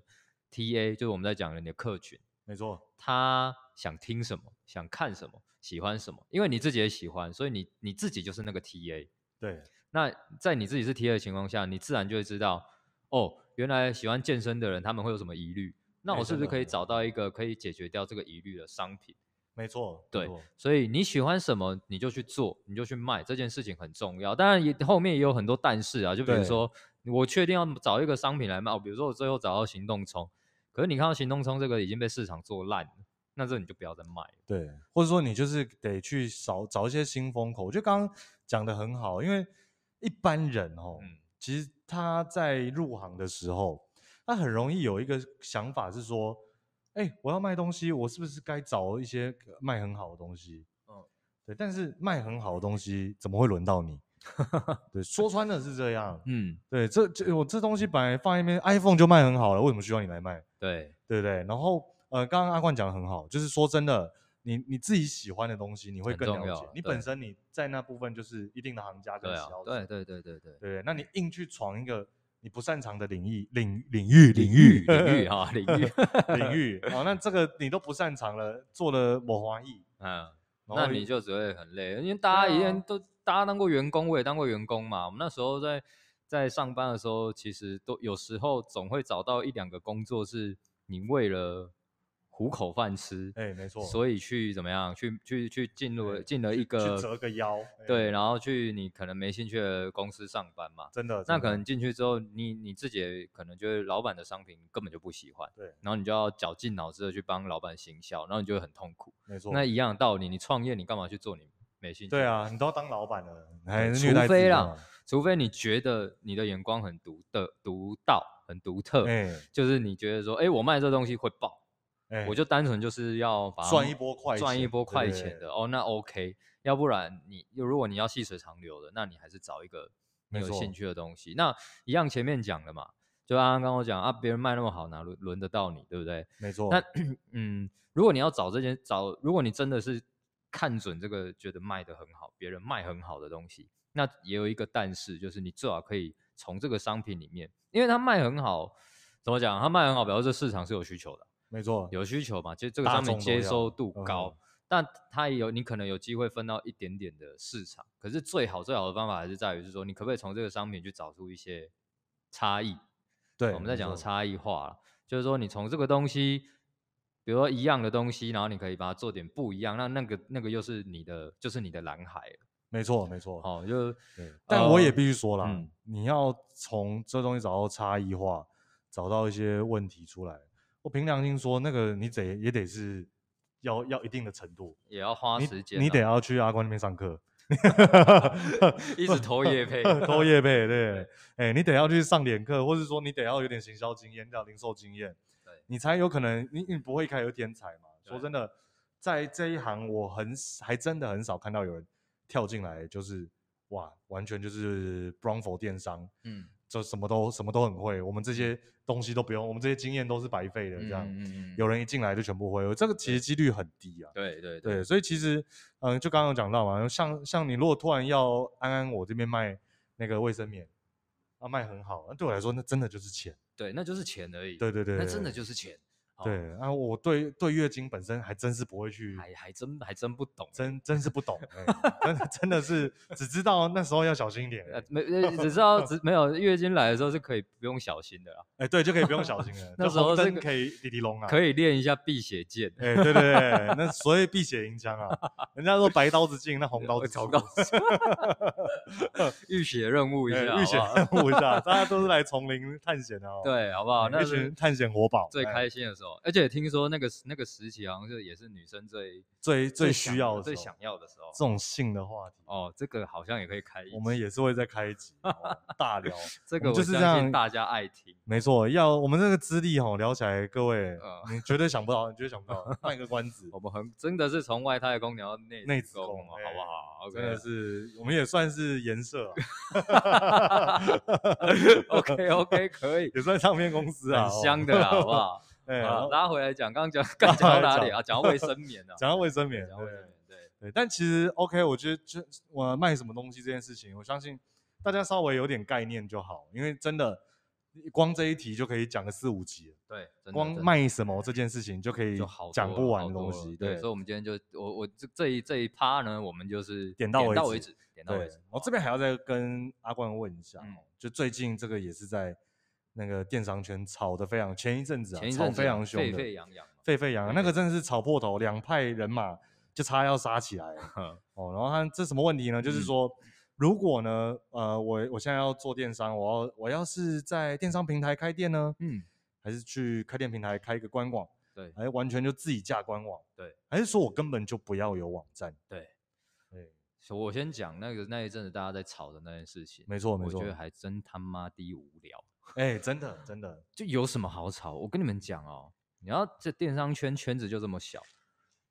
S2: TA，就是我们在讲的你的客群，
S1: 没错，
S2: 他想听什么，想看什么，喜欢什么，因为你自己也喜欢，所以你你自己就是那个 TA。
S1: 对，
S2: 那在你自己是 TA 的情况下，你自然就会知道，哦，原来喜欢健身的人他们会有什么疑虑，那
S1: 哎
S2: 我是
S1: 真
S2: 不是
S1: 的
S2: 可以
S1: 真的
S2: 找到一个可以解决掉这个疑虑的商品？
S1: 没错，没
S2: 对
S1: 错，
S2: 所以你喜欢什么你就去做，你就去卖，这件事情很重要。当然也后面也有很多但是啊，就比如
S1: 对
S2: 说我确定要找一个商品来卖，哦比如说我最后找到行动充，可是你看到行动充这个已经被市场做烂了，那这你就不要再卖了。
S1: 对，或者说你就是得去找找一些新风口。我觉得刚刚讲的很好，因为一般人哦，
S2: 嗯
S1: 其实他在入行的时候，他很容易有一个想法是说，哎，我要卖东西，我是不是该找一些卖很好的东西？嗯
S2: 嗯，
S1: 对。但是卖很好的东西怎么会轮 到你？对，说穿了是这样。
S2: 嗯，
S1: 对，这这我这东西本来放一边，iPhone 就卖很好了，为什么需要你来卖？
S2: 对，
S1: 对不对？然后呃，刚刚阿冠讲的很好，就是说真的，你你自己喜欢的东西，你会
S2: 很
S1: 更
S2: 重
S1: 了
S2: 要
S1: 解。你
S2: 对
S1: 本身你在那部分就是一定的行家跟
S2: 对啊
S1: 喜好，者，
S2: 对对对对对
S1: 对不对？那你硬去闯一个你不擅长的领域领领域领域
S2: 领域哈，领域，
S1: 领域，哦，那这个你都不擅长了，做了某华裔，
S2: 嗯，
S1: 然后
S2: 那你就只会很累，因为大家
S1: 对
S2: 一
S1: 啊
S2: 定都、大家当过员工，我也当过员工嘛。我们那时候在在上班的时候，其实都有时候总会找到一两个工作是你为了糊口饭吃，
S1: 哎，没错，
S2: 所以去怎么样，去去去进入
S1: 哎
S2: 进了一个
S1: 去折个腰，哎
S2: 对，然后去你可能没兴趣的公司上班嘛。
S1: 真的，
S2: 那
S1: 真
S2: 可
S1: 的
S2: 能进去之后，你你自己也可能就是老板的商品根本就不喜欢，
S1: 对，
S2: 然后你就要绞尽脑汁的去帮老板行销，然后你就会很痛苦。
S1: 没错，
S2: 那一样的道理，你创业你干嘛去做你没兴趣？
S1: 对，啊，你都要当老板了，你还
S2: 对
S1: 虐待
S2: 除非
S1: 自己
S2: 啦
S1: 嘛，
S2: 除非你觉得你的眼光很独的独到、很独特，
S1: 哎
S2: 就是你觉得说，哎、我卖这东西会爆，
S1: 哎，
S2: 我就单纯就是要把它
S1: 赚一波快
S2: 赚一
S1: 钱
S2: 波
S1: 对
S2: 快
S1: 对
S2: 钱
S1: 对
S2: 的哦，那 OK。要不然你如果你要细水长流的，那你还是找一个你
S1: 没
S2: 有兴
S1: 错
S2: 趣的东西。那一样前面讲的嘛，就刚刚跟我讲啊，别人卖那么好，哪轮轮得到你，对不对？
S1: 没错，
S2: 那嗯，如果你要找这件找，如果你真的是看准这个觉得卖的很好，别人卖很好的东西。那也有一个但是，就是你最好可以从这个商品里面，因为它卖很好，怎么讲？它卖很好，表示这市场是有需求的，
S1: 没错，
S2: 有需求嘛，就这个
S1: 大
S2: 商品
S1: 众都
S2: 接
S1: 要
S2: 收度
S1: 嗯
S2: 高，但它也有你可能有机会分到一点点的市场。可是最好最好的方法还是在于是说，你可不可以从这个商品去找出一些差异？
S1: 对，
S2: 我们在
S1: 没
S2: 讲的
S1: 错
S2: 差异化啦，就是说你从这个东西，比如说一样的东西，然后你可以把它做点不一样，那那个那个又是你的，就是你的蓝海了。
S1: 没错，没错。
S2: 哦，就
S1: 对，但我也必须说啦，
S2: 嗯
S1: 你要从这东西找到差异化，找到一些问题出来。我凭良心说，那个你得也得是要要一定的程度，
S2: 也要花时间啊，
S1: 你你得要去阿关那边上课，
S2: 一直投业配
S1: 偷业配，对，哎、你得要去上点课，或是说你得要有点行销经验，你得要零售经验
S2: 对，
S1: 你才有可能，你你不会一开始就天才嘛。
S2: 对
S1: 说真的，在这一行，我很还真的很少看到有人跳进来，就是哇，完全就是 Brownfo 电商，
S2: 嗯，
S1: 就什么都什么都很会，我们这些东西都不用，我们这些经验都是白费的，这样。
S2: 嗯嗯嗯
S1: 有人一进来就全部会，这个其实几率很低啊。
S2: 对对
S1: 对，所以其实，嗯，就刚刚有讲到嘛，像像你如果突然要安安我这边卖那个卫生棉，啊，卖很好，那对我来说那真的就是钱。
S2: 对，那就是钱而已，
S1: 对对对，
S2: 那
S1: 对
S2: 真的就是钱，哦
S1: 对啊，我对对月经本身还真是不会去，
S2: 还还真还真不懂。
S1: 真真是不懂，哎真的真的是只知道那时候要小心一点，
S2: 呃，没，呃只知道只没有月经来的时候是可以不用小心的啦，
S1: 哎，对，就可以不用小心了
S2: 。那
S1: 就
S2: 时候
S1: 红
S2: 是
S1: 灯
S2: 个
S1: 可以滴滴隆啊，
S2: 可以练一下辟邪剑。
S1: 哎、对对对，那所谓避血银枪 啊，人家说白刀子进，那红刀子出
S2: 找到浴血任务一
S1: 哎
S2: 下，
S1: 浴血
S2: 好不好
S1: 任 务一下，大家都是来丛林探险的哦。
S2: 对，好 不
S1: 哎，
S2: 好？那
S1: 一群
S2: 是
S1: 探险活宝，
S2: 最
S1: 哎
S2: 开心的时候，而且听说那个时那个时期好像是也是女生最
S1: 最最
S2: 想
S1: 需要的
S2: 最
S1: 时候
S2: 想要的时候。
S1: 这种性的话题，
S2: 哦，这个好像也可以开一集，
S1: 我们也是会再开一集、 哦、大聊。
S2: 这
S1: 我
S2: 个
S1: 们
S2: 我
S1: 就是
S2: 相
S1: 这
S2: 信
S1: 样
S2: 大家爱听。
S1: 没错，要我们这个资历哦，聊起来，各位、
S2: 呃
S1: 你绝对想不到，你绝对想不到，卖个关子
S2: 我，们很真的是从外太空聊到内
S1: 内
S2: 子
S1: 子
S2: 宫
S1: 宫
S2: 哦，
S1: 哎
S2: 好不好？OK
S1: 真的
S2: 啦
S1: 是我们也算是颜色、啊，
S2: OK OK 可以，
S1: 也算唱片公司啊，
S2: 很 香的啦，啊好不？好？
S1: 哎、
S2: 好
S1: 好
S2: 拉回来讲，刚刚讲刚讲到
S1: 回来
S2: 哪里
S1: 讲
S2: 啊？讲到卫生棉啊，
S1: 讲到卫生棉，
S2: 讲到卫
S1: 对
S2: 生棉，对，
S1: 对，但其实 OK，我觉得就我卖什么东西这件事情，我相信大家稍微有点概念就好，因为真的光这一题就可以讲个四五集了，
S2: 对，真的
S1: 光
S2: 真的
S1: 卖什么这件事情就可以
S2: 就好多
S1: 讲
S2: 了
S1: 不完
S2: 好
S1: 的
S2: 多
S1: 东
S2: 了
S1: 西。
S2: 对，
S1: 对
S2: 所以，我们今天就我我这这一这一趴呢，我们就是
S1: 点到为
S2: 到为
S1: 止
S2: 止，点到为止。
S1: 我这边还要再跟阿冠问一下哦
S2: 嗯，
S1: 就最近这个也是在那个电商圈炒得非常，前一阵子啊
S2: 前一
S1: 炒
S2: 阵
S1: 非常凶
S2: 沸
S1: 的，
S2: 沸扬扬嘛，
S1: 沸沸扬
S2: 对
S1: 扬，那个真的是炒破头，两派人马就差要杀 起来了。哦，然后他这什么问题呢？就是
S2: 嗯
S1: 说，如果呢，呃，我我现在要做电商，我要我要是在电商平台开店呢，
S2: 嗯，
S1: 还是去开店平台开一个官网，
S2: 对
S1: 还是哎完全就自己架官网，
S2: 对，
S1: 还是说我根本就不要有网站？
S2: 对。
S1: 对，
S2: 所以我先讲那个那一阵子大家在吵的那件事情，
S1: 没错没
S2: 我
S1: 错
S2: 觉，得还真他妈的无聊，
S1: 哎，真的真的，
S2: 就有什么好吵？我跟你们讲哦，你要这电商圈圈子就这么小，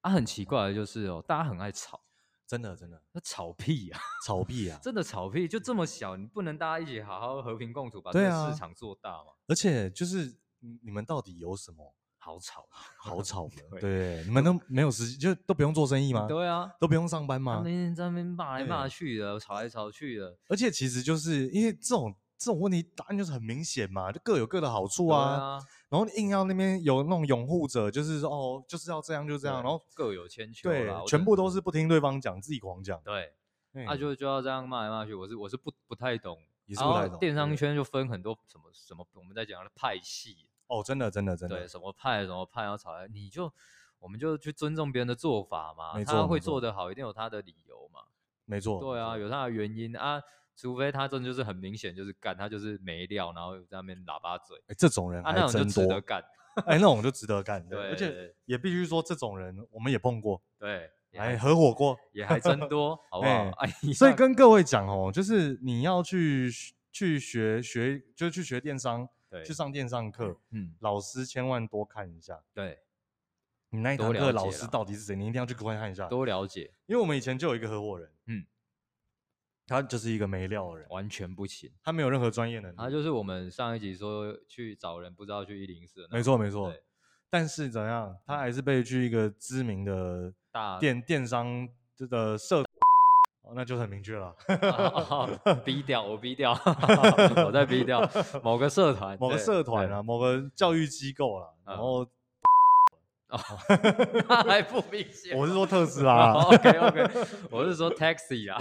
S2: 啊，很奇怪的就是哦，大家很爱吵，
S1: 真的真的，
S2: 那吵屁啊，
S1: 炒币啊！
S2: 真的吵屁，就这么小，你不能大家一起好好和平共处，把这
S1: 对
S2: 个
S1: 啊
S2: 市场做大嘛？
S1: 而且就是嗯你你们到底有什 么
S2: 好吵啊，
S1: 好吵的？
S2: 对
S1: 对，你们都没有时间，就都不用做生意吗？
S2: 对啊，
S1: 都不用上班
S2: 他
S1: 吗
S2: 们？天天在那边骂来
S1: 对
S2: 骂去的，吵来吵去的，
S1: 而且其实就是因为这种这种问题答案就是很明显嘛，就各有各的好处
S2: 对
S1: 啊。
S2: 啊，
S1: 然后你硬要那边有那种拥护者，就是说哦就是要这样就这样，
S2: 对
S1: 然后
S2: 各有千秋
S1: 对
S2: 啦，我只
S1: 全
S2: 能
S1: 部都
S2: 说
S1: 是不听对方讲，自己狂讲。
S2: 对，
S1: 对
S2: 啊就就要这样骂来骂去，我是我是不不太懂，
S1: 也是
S2: 然
S1: 不
S2: 后
S1: 太懂
S2: 电商
S1: 对
S2: 圈就分很多什么什么，我们在讲的派系，
S1: 哦，真的真的真
S2: 对，
S1: 的，
S2: 什么派什么派，然后吵来，你就我们就去尊重别人的做法嘛，
S1: 没
S2: 他
S1: 错
S2: 会
S1: 没错
S2: 做得好，一定有他的理由嘛，
S1: 没错。
S2: 对啊，
S1: 没错，
S2: 有他的原因啊。除非他真的就是很明显就是干，他就是没料，然后在那边喇叭嘴，
S1: 哎这种人
S2: 啊
S1: 还
S2: 那种就
S1: 真
S2: 值
S1: 多
S2: 得，干，
S1: 哎，那种就值得干。
S2: 对，
S1: 而且
S2: 对
S1: 也必须说，这种人我们也碰过，
S2: 对，也还
S1: 哎，合伙过。
S2: 也还真多，好不好？
S1: 哎
S2: 哎呀，
S1: 所以跟各位讲哦，就是你要去去学学，就是去学电商，
S2: 对
S1: 去上电商课，
S2: 嗯
S1: 老师千万多看一下。
S2: 对
S1: 你那一
S2: 多
S1: 堂
S2: 了
S1: 课
S2: 解
S1: 老师
S2: 啦
S1: 到底是谁？你一定要去观看一下，
S2: 多了解，
S1: 因为我们以前就有一个合伙人，
S2: 嗯，
S1: 他就是一个没料的人，
S2: 完全不行。
S1: 他没有任何专业能力，
S2: 啊，就是我们上一集说去找人，不知道去一零四，
S1: 没错没错
S2: 对。嗯
S1: 但是怎样，他还是被去一个知名的
S2: 大
S1: 电电商这个社，哦那就很明确了。
S2: 逼掉，我逼掉， 我在逼 掉某个社团，
S1: 某个
S2: 对
S1: 社团啊，，某个教育机构啦，然
S2: 嗯
S1: 后
S2: 对那还不明显。
S1: 啊我是啊说特斯拉啦，
S2: OK OK，我 是说 taxi 啊，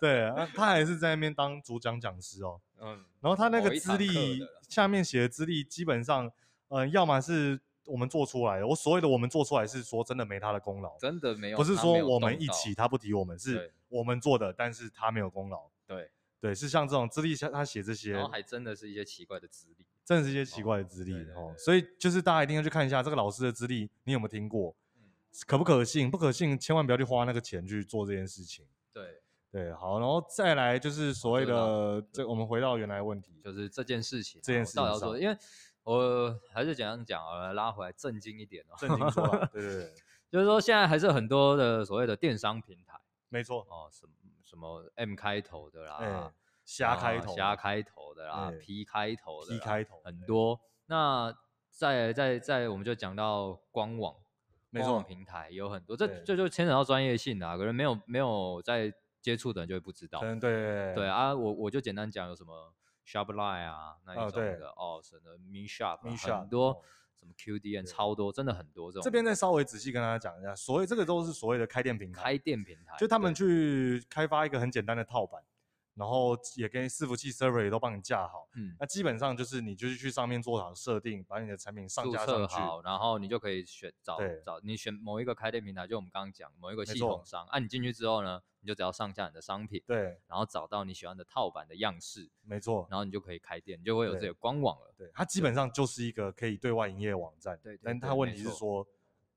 S1: 对，啊他还是在那边当主讲讲师哦。
S2: 嗯，
S1: 然后他那
S2: 某
S1: 个
S2: 一
S1: 资
S2: 堂课
S1: 历
S2: 的啦
S1: 下面写的资历，基本上，呃，要么是我们做出来的，我所谓的我们做出来是说真的没他的功劳，
S2: 真的没有，
S1: 不是
S2: 他
S1: 说
S2: 没有
S1: 我
S2: 动
S1: 们一
S2: 到
S1: 起他不提我们，
S2: 对
S1: 是我们做的，但是他没有功劳。
S2: 对，
S1: 对，是像这种资历下他写这些
S2: 然，后还真的是一些奇怪的资历，
S1: 真的是一些奇
S2: 哦
S1: 怪的资历
S2: 对对
S1: 哦
S2: 对。
S1: 所以就是大家一定要去看一下这个老师的资历，你有没有听过
S2: 嗯？
S1: 可不可信？不可信，千万不要去花那个钱去做这件事情。
S2: 对，
S1: 对，好，然后再来就是所谓
S2: 这个
S1: 的这，我们回到原来的问题，
S2: 就是这件事情啊，
S1: 这件
S2: 我
S1: 事
S2: 到底
S1: 情
S2: 要做，
S1: 上
S2: 因为我还是简单讲好了，拉回来正经一点哦，
S1: 正经说啦，对对对，
S2: 就是说现在还是很多的所谓的电商平台
S1: 没错，
S2: 哦，什么什么 M 开头的啦，
S1: 哎，瞎
S2: 啊
S1: 开头，
S2: 瞎开头的啦
S1: 对
S2: ，P 开头的
S1: P
S2: 啦
S1: 开头
S2: 很
S1: 对
S2: 多。那再再再，我们就讲到官网，
S1: 没
S2: 官网
S1: 错
S2: 平台有很多，这
S1: 对
S2: 这就牵扯到专业性啦，可能没有没有在接触的人就会不知道
S1: 可。能对对
S2: 对啊，我我就简单讲有什么 Shopline 啊那
S1: 啊
S2: 一种
S1: 对
S2: 的哦，什么 Me Shop 啊
S1: Me
S2: 很
S1: Shop，
S2: 多
S1: 哦
S2: 什么
S1: 对
S2: QDN 超多，真的很多这种
S1: 这边再稍微仔细跟大家讲一下，所谓这个都是所谓的开店平
S2: 开
S1: 台，
S2: 店平台，
S1: 就他
S2: 对
S1: 们去开发一个很简单的套版，然后也跟伺服器 server 也都帮你架好，
S2: 嗯
S1: 那基本上就是你就是去上面做好设定，把你的产品上
S2: 注
S1: 架
S2: 册
S1: 上去，
S2: 好，然后你就可以选找
S1: 对
S2: 找你选某一个开店平台，就我们刚刚讲某一个
S1: 没
S2: 系
S1: 错
S2: 统商，啊，你进去之后呢，你就只要上架你的商品，
S1: 对，
S2: 然后找到你喜欢的套版的样式，
S1: 没错，
S2: 然后你就可以开店，你就会有自己
S1: 对
S2: 的官网了。
S1: 对，它基本上就是一个可以对外营业网站，
S2: 对对
S1: 但
S2: 对
S1: 它问
S2: 没
S1: 题是
S2: 错嗯
S1: 说，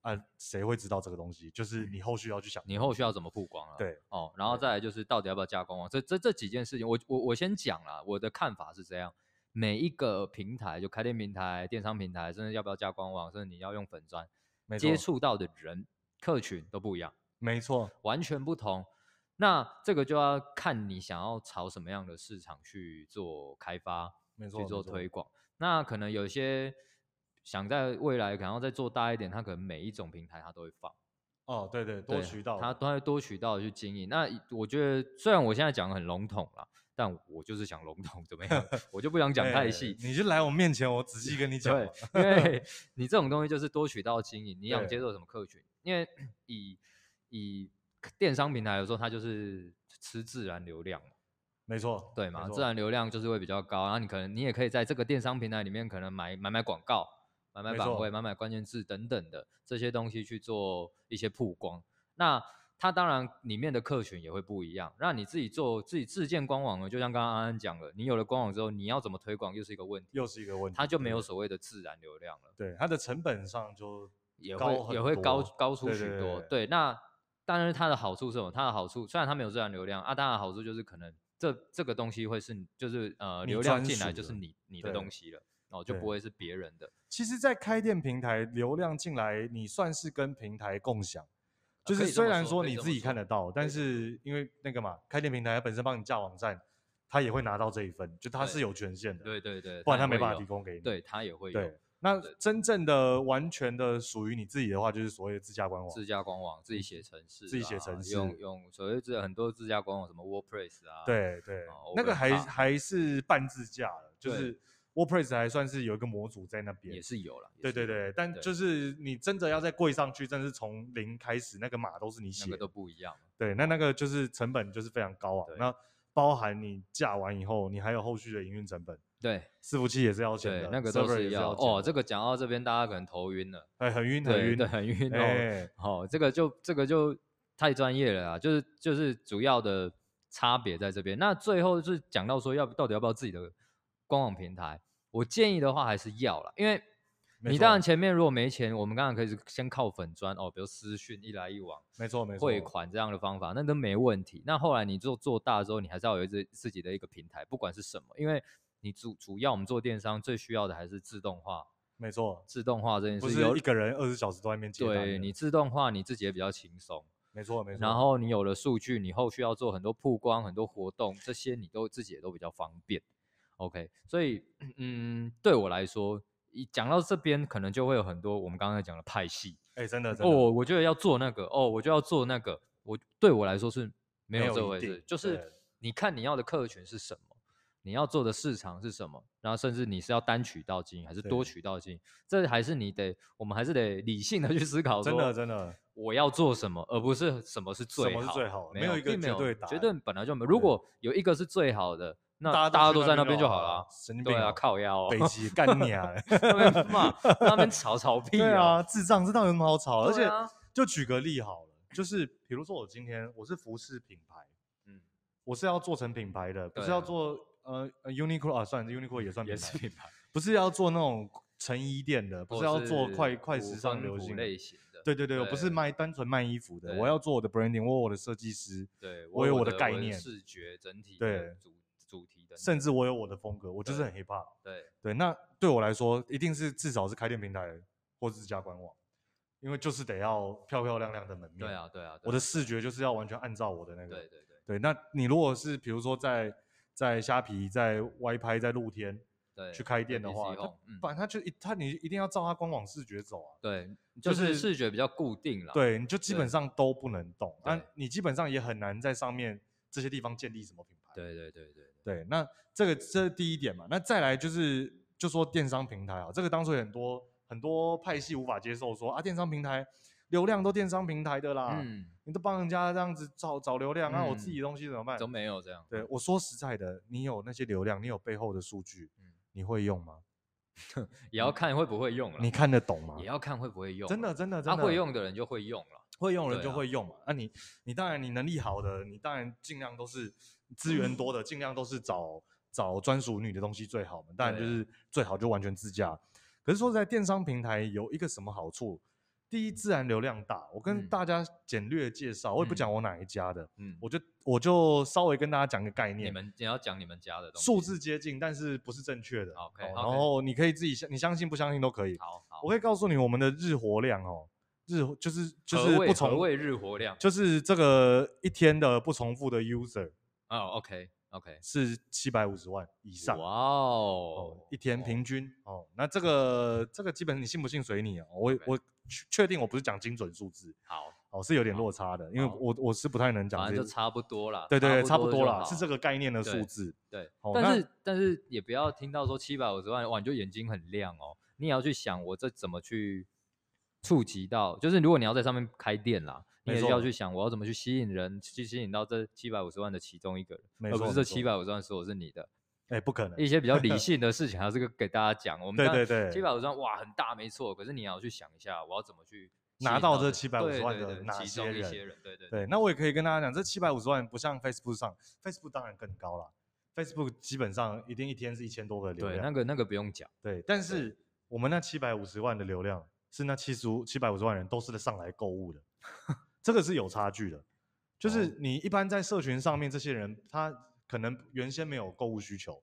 S1: 啊，谁会知道这个东西？就是你后续要去想，
S2: 你后续要怎么曝光了？
S1: 对
S2: 哦，然后再来就是到底要不要加官网，这这这几件事情，我我我先讲啦，我的看法是这样，每一个平台，就开店平台、电商平台，甚至要不要加官网，甚至你要用粉砖，
S1: 没
S2: 接
S1: 错
S2: 触到的人客群都不一样。
S1: 没错，
S2: 完全不同。那这个就要看你想要朝什么样的市场去做开发，
S1: 没错，
S2: 去
S1: 没
S2: 做
S1: 错
S2: 推广。那可能有些想在未来想要再做大一点，它可能每一种平台它都会放，
S1: 哦，对对，多
S2: 对
S1: 渠道
S2: 它
S1: 的，
S2: 都会多渠道地去经营。那以我觉得虽然我现在讲的很笼统啦，但我就是想笼统怎么样， 我就不想讲太
S1: 哎
S2: 细。
S1: 你就来我面前，我仔细跟哎你讲
S2: 对
S1: 嘛，，
S2: 因为你这种东西就是多渠道经营，你想
S1: 对
S2: 接受什么客群？因为 以以电商平台来说，它就是吃自然流量嘛，
S1: 没错，
S2: 对
S1: 没
S2: 嘛？
S1: 错
S2: 自然流量就是会比较高，然后你可能你也可以在这个电商平台里面可能买买买广告、买买
S1: 没
S2: 版
S1: 错
S2: 位、买买关键字等等的这些东西去做一些曝光。那它当然里面的客群也会不一样。那你自己做自己自建官网呢，就像刚刚安安讲了，你有了官网之后，你要怎么推广又是一个问题。
S1: 又是一个问题，
S2: 它就没
S1: 对
S2: 有
S1: 对
S2: 所谓的自然流量了。
S1: 对它的成本上就
S2: 也
S1: 高
S2: 会
S1: 很
S2: 也会高
S1: 多
S2: 高出
S1: 对
S2: 许
S1: 对
S2: 多。
S1: 对
S2: 对，那当然它的好处是什么？它的好处虽然它没有自然流量啊，当然好处就是可能这这个东西会是就是呃
S1: 你
S2: 流量
S1: 专
S2: 进来
S1: 属
S2: 就是
S1: 的
S2: 你你的
S1: 对
S2: 东西了，哦就不
S1: 对
S2: 会是别人的，
S1: 其实，在开店平台流量进来，你算是跟平台共享，就
S2: 啊
S1: 是
S2: 可以这
S1: 虽
S2: 么
S1: 然
S2: 说
S1: 说
S2: 可以
S1: 你
S2: 这
S1: 自
S2: 么
S1: 己
S2: 说
S1: 看得到，但
S2: 可以这么
S1: 是因为那个嘛，开店平台它本身帮你架网站，它也会拿到这一份，就它
S2: 对
S1: 是有权限的，
S2: 对对对，
S1: 不然
S2: 它
S1: 它
S2: 也
S1: 没
S2: 会
S1: 办法
S2: 有
S1: 提，供给你。
S2: 对它也会有
S1: 对，那
S2: 对
S1: 真正的完全的属于你自己的话，就是所谓的自家官网。
S2: 自家官网自己写程式啦，
S1: 嗯
S2: 啊
S1: 自己写程
S2: 用
S1: 式
S2: 用所谓这很多自家官网什么 WordPress 啊，
S1: 对对
S2: 哦，
S1: 那个
S2: Open
S1: 还
S2: Hub
S1: 还是半自架的，就
S2: 对
S1: 是 WordPress 还算是有一个模组在那边，
S2: 也是有了，也
S1: 对
S2: 是
S1: 对
S2: 有
S1: 对，但就是你真的要再跪上去，真的是从零开始，那个码都是你
S2: 那
S1: 写
S2: 个
S1: 的。
S2: 都不一样，
S1: 对，那那个就是成本就是非常高啊
S2: 对。
S1: 那包含你架完以后，你还有后续的营运成本，
S2: 对
S1: 伺服器也是要钱
S2: 对
S1: 的，，
S2: 那个都
S1: server 也
S2: 是
S1: 是
S2: 要
S1: 要
S2: 哦，这
S1: 个
S2: 个讲到这边大家可能头晕了。
S1: 哎很晕很
S2: 对
S1: 晕
S2: 对，，很晕哦。
S1: 哎
S2: 好、这个就这个就太专业了啊，就是就是主要的差别在这边。那最后是讲到说要到底要不要自己的官网平台，我建议的话还是要啦，因为
S1: 没
S2: 你当
S1: 错
S2: 然前面如果没钱，我们刚刚可以先靠粉砖哦，比如私讯一来一往
S1: 没错没错，
S2: 汇款这样的方法，那都没问题。那后来你做做大之后，你还是要有一自自己的一个平台，不管是什么，因为你主主要我们做电商最需要的还是自动化，
S1: 没错，
S2: 自动化这件
S1: 不
S2: 事
S1: 是
S2: 有
S1: 一个人二十小时都在那边接单的，
S2: 对你自动化，你自己也比较轻松。
S1: 没错没错，
S2: 然后你有了数据，你后续要做很多曝光、很多活动，这些你都自己也都比较方便。OK，所以嗯，对我来说，一讲到这边，可能就会有很多我们刚才讲的派系。
S1: 哎、真的，真的，
S2: 哦，我觉得要做那个，哦，我就要做那个。我对我来说是没
S1: 没
S2: 有
S1: 有
S2: 这
S1: 一
S2: 回事
S1: 定，
S2: 就是
S1: 对
S2: 你看你要的客群是什么，你要做的市场是什么，然后甚至你是要单渠道经营还是多
S1: 对
S2: 渠道经营，这还是你得，我们还是得理性的去思考，
S1: 真的，真的，
S2: 我要做什么，而不是什么是最好，
S1: 什么是最好
S2: 没
S1: 没有一个
S2: 并没
S1: 绝
S2: 有
S1: 对答
S2: 绝
S1: 案
S2: 对本来就没有。如
S1: 对
S2: 果有一个是最好的，那
S1: 大家
S2: 大家都
S1: 去
S2: 在那
S1: 那
S2: 边就好了 啊。
S1: 神经病
S2: 对
S1: 哦、
S2: 啊，靠腰哦，
S1: 北极干你 啊！
S2: 那边骂，那边吵吵屁
S1: 对
S2: 哦
S1: 啊，智障，这到底有什么好吵的？而
S2: 对
S1: 且
S2: 啊
S1: 就举个例好了，就是比如说我今天我是服饰品牌，
S2: 嗯，
S1: 我是要做成品牌的，不是
S2: 对
S1: 要
S2: 啊
S1: 做呃呃 Uniqlo 啊，算 Uniqlo 也算
S2: 也
S1: 品
S2: 是
S1: 牌，
S2: 品牌，
S1: 不是要做那种成衣店的，不
S2: 或
S1: 是要做
S2: 是
S1: 快快
S2: 古
S1: 时尚
S2: 风
S1: 流
S2: 古
S1: 行的。
S2: 类型的。
S1: 对对对，我不是
S2: 对
S1: 卖单纯卖衣服的，我
S2: 对
S1: 要做我的 branding，我有我的设计师，
S2: 对，
S1: 我有我
S2: 我
S1: 的概念
S2: 视觉整体
S1: 对
S2: 的主主题的，
S1: 甚至我有我的风格，我就是
S2: 对
S1: 很 hip hop。
S2: 对
S1: 对，那对我来说，一定是至少是开店平台或是加官网，因为就是得要漂漂亮亮的门面。
S2: 对啊对啊，对
S1: 我的
S2: 啊
S1: 视觉就是要完全按照我的那个。
S2: 对对对
S1: 对那你如果是比如说在在虾皮、在歪拍、在露天
S2: 对
S1: 去开店的
S2: PC
S1: 话，它
S2: Home，嗯
S1: 不然它就一它你一定要照它官网视觉走啊。
S2: 对，
S1: 就
S2: 就是
S1: 是
S2: 视觉比较固定了。
S1: 对，你就基本
S2: 啊对
S1: 上都不能动，那
S2: 对
S1: 你基本上也很难在上面这些地方建立什么品牌。
S2: 对对对对对
S1: 对，那这个这是第一点嘛。那再来就是就说电商平台啊，这个当初有很多很多派系无法接受说啊，电商平台流量都电商平台的啦，
S2: 嗯，
S1: 你都帮人家这样子找找流量，那、啊我自
S2: 嗯
S1: 己的东西怎么办？
S2: 都没有这样。
S1: 对，我说实在的，你有那些流量，你有背后的数据，
S2: 嗯
S1: 你会用吗？
S2: 也要看会不会用了，
S1: 你看得懂吗
S2: 也？要看会不会用。
S1: 真的，，真的，
S2: 他
S1: 真的，
S2: 会用的人就会用了。
S1: 会用的人
S2: 对
S1: 就
S2: 啊
S1: 会用嘛。那、你你当然你能力好的，你当然尽量都是资源多的，尽量都是找找专属你的东西最好嘛。当然就
S2: 对啊
S1: 是最好就完全自驾。可是说实在电商平台有一个什么好处？第一，自然流量大。我跟
S2: 嗯
S1: 大家简略介绍，我也不
S2: 嗯
S1: 讲我哪一家的，
S2: 嗯，
S1: 我就我就稍微跟大家讲个概
S2: 你
S1: 念。
S2: 们你要讲你们家的东西。
S1: 数字接近，但是不是正确的。
S2: OK，
S1: 哦
S2: OK
S1: 然后你可以自己相，你相信不相信都可以。
S2: 好好，
S1: 我可以告诉你，我们的日活量哦，日就是就
S2: 何
S1: 是
S2: 谓
S1: 不
S2: 何
S1: 重
S2: 谓日活量。
S1: 就是这个一天的不重复的 user
S2: 哦，OK OK，
S1: 是七百五十万以上
S2: 哇
S1: 哦
S2: 哦，，嗯
S1: 一天平均哦。那这个这个基本上你信不信随你啊、我
S2: OK
S1: 我确确定我不是讲精准数字
S2: 好，
S1: 哦，是有点
S2: 好
S1: 落差的，因为
S2: 好
S1: 我我是不太能讲
S2: 反
S1: 这
S2: 正
S1: 些
S2: 就差不多啦。
S1: 对对，差不
S2: 不
S1: 多
S2: 就
S1: 啦，
S2: 好
S1: 是这个概念的数
S2: 对
S1: 字。
S2: 对
S1: 好，那
S2: 但是但是也不要听到说七百五十万哇，你就眼睛很亮哦。你也要去想，我这怎么去触及到？就是如果你要在上面开店啦，你
S1: 没
S2: 也
S1: 错
S2: 要去想，我要怎么去吸引人，去吸引到这七百五十万的其中一个
S1: 没
S2: 人，而
S1: 错
S2: 不是
S1: 没错
S2: 这七百五十万所有是你的。
S1: 哎，不可能。
S2: 一些比较理性的事情，还是个给大家讲。我们
S1: 对对对
S2: 七百五十万哇很大，没错。可是你也要去想一下，我要怎么去吸
S1: 拿
S2: 引
S1: 到
S2: 到
S1: 这
S2: 这
S1: 750万
S2: 对
S1: 的
S2: 对对
S1: 哪
S2: 其中
S1: 些
S2: 一
S1: 人
S2: 些人？对对对
S1: 对，那我也可以跟大家讲，这七百五十万不像 Facebook 上，Facebook 当然更高啦。Facebook 基本上一定一天是一千多个流
S2: 对，
S1: 量
S2: 那，个那个不用讲。
S1: 对，但是我们那七百五十万的流量是那七十五七百五十万人都是上来购物 的，这个是有差距的。就是
S2: 哦
S1: 你一般在社群上面，这些人他可能原先没有购物需求，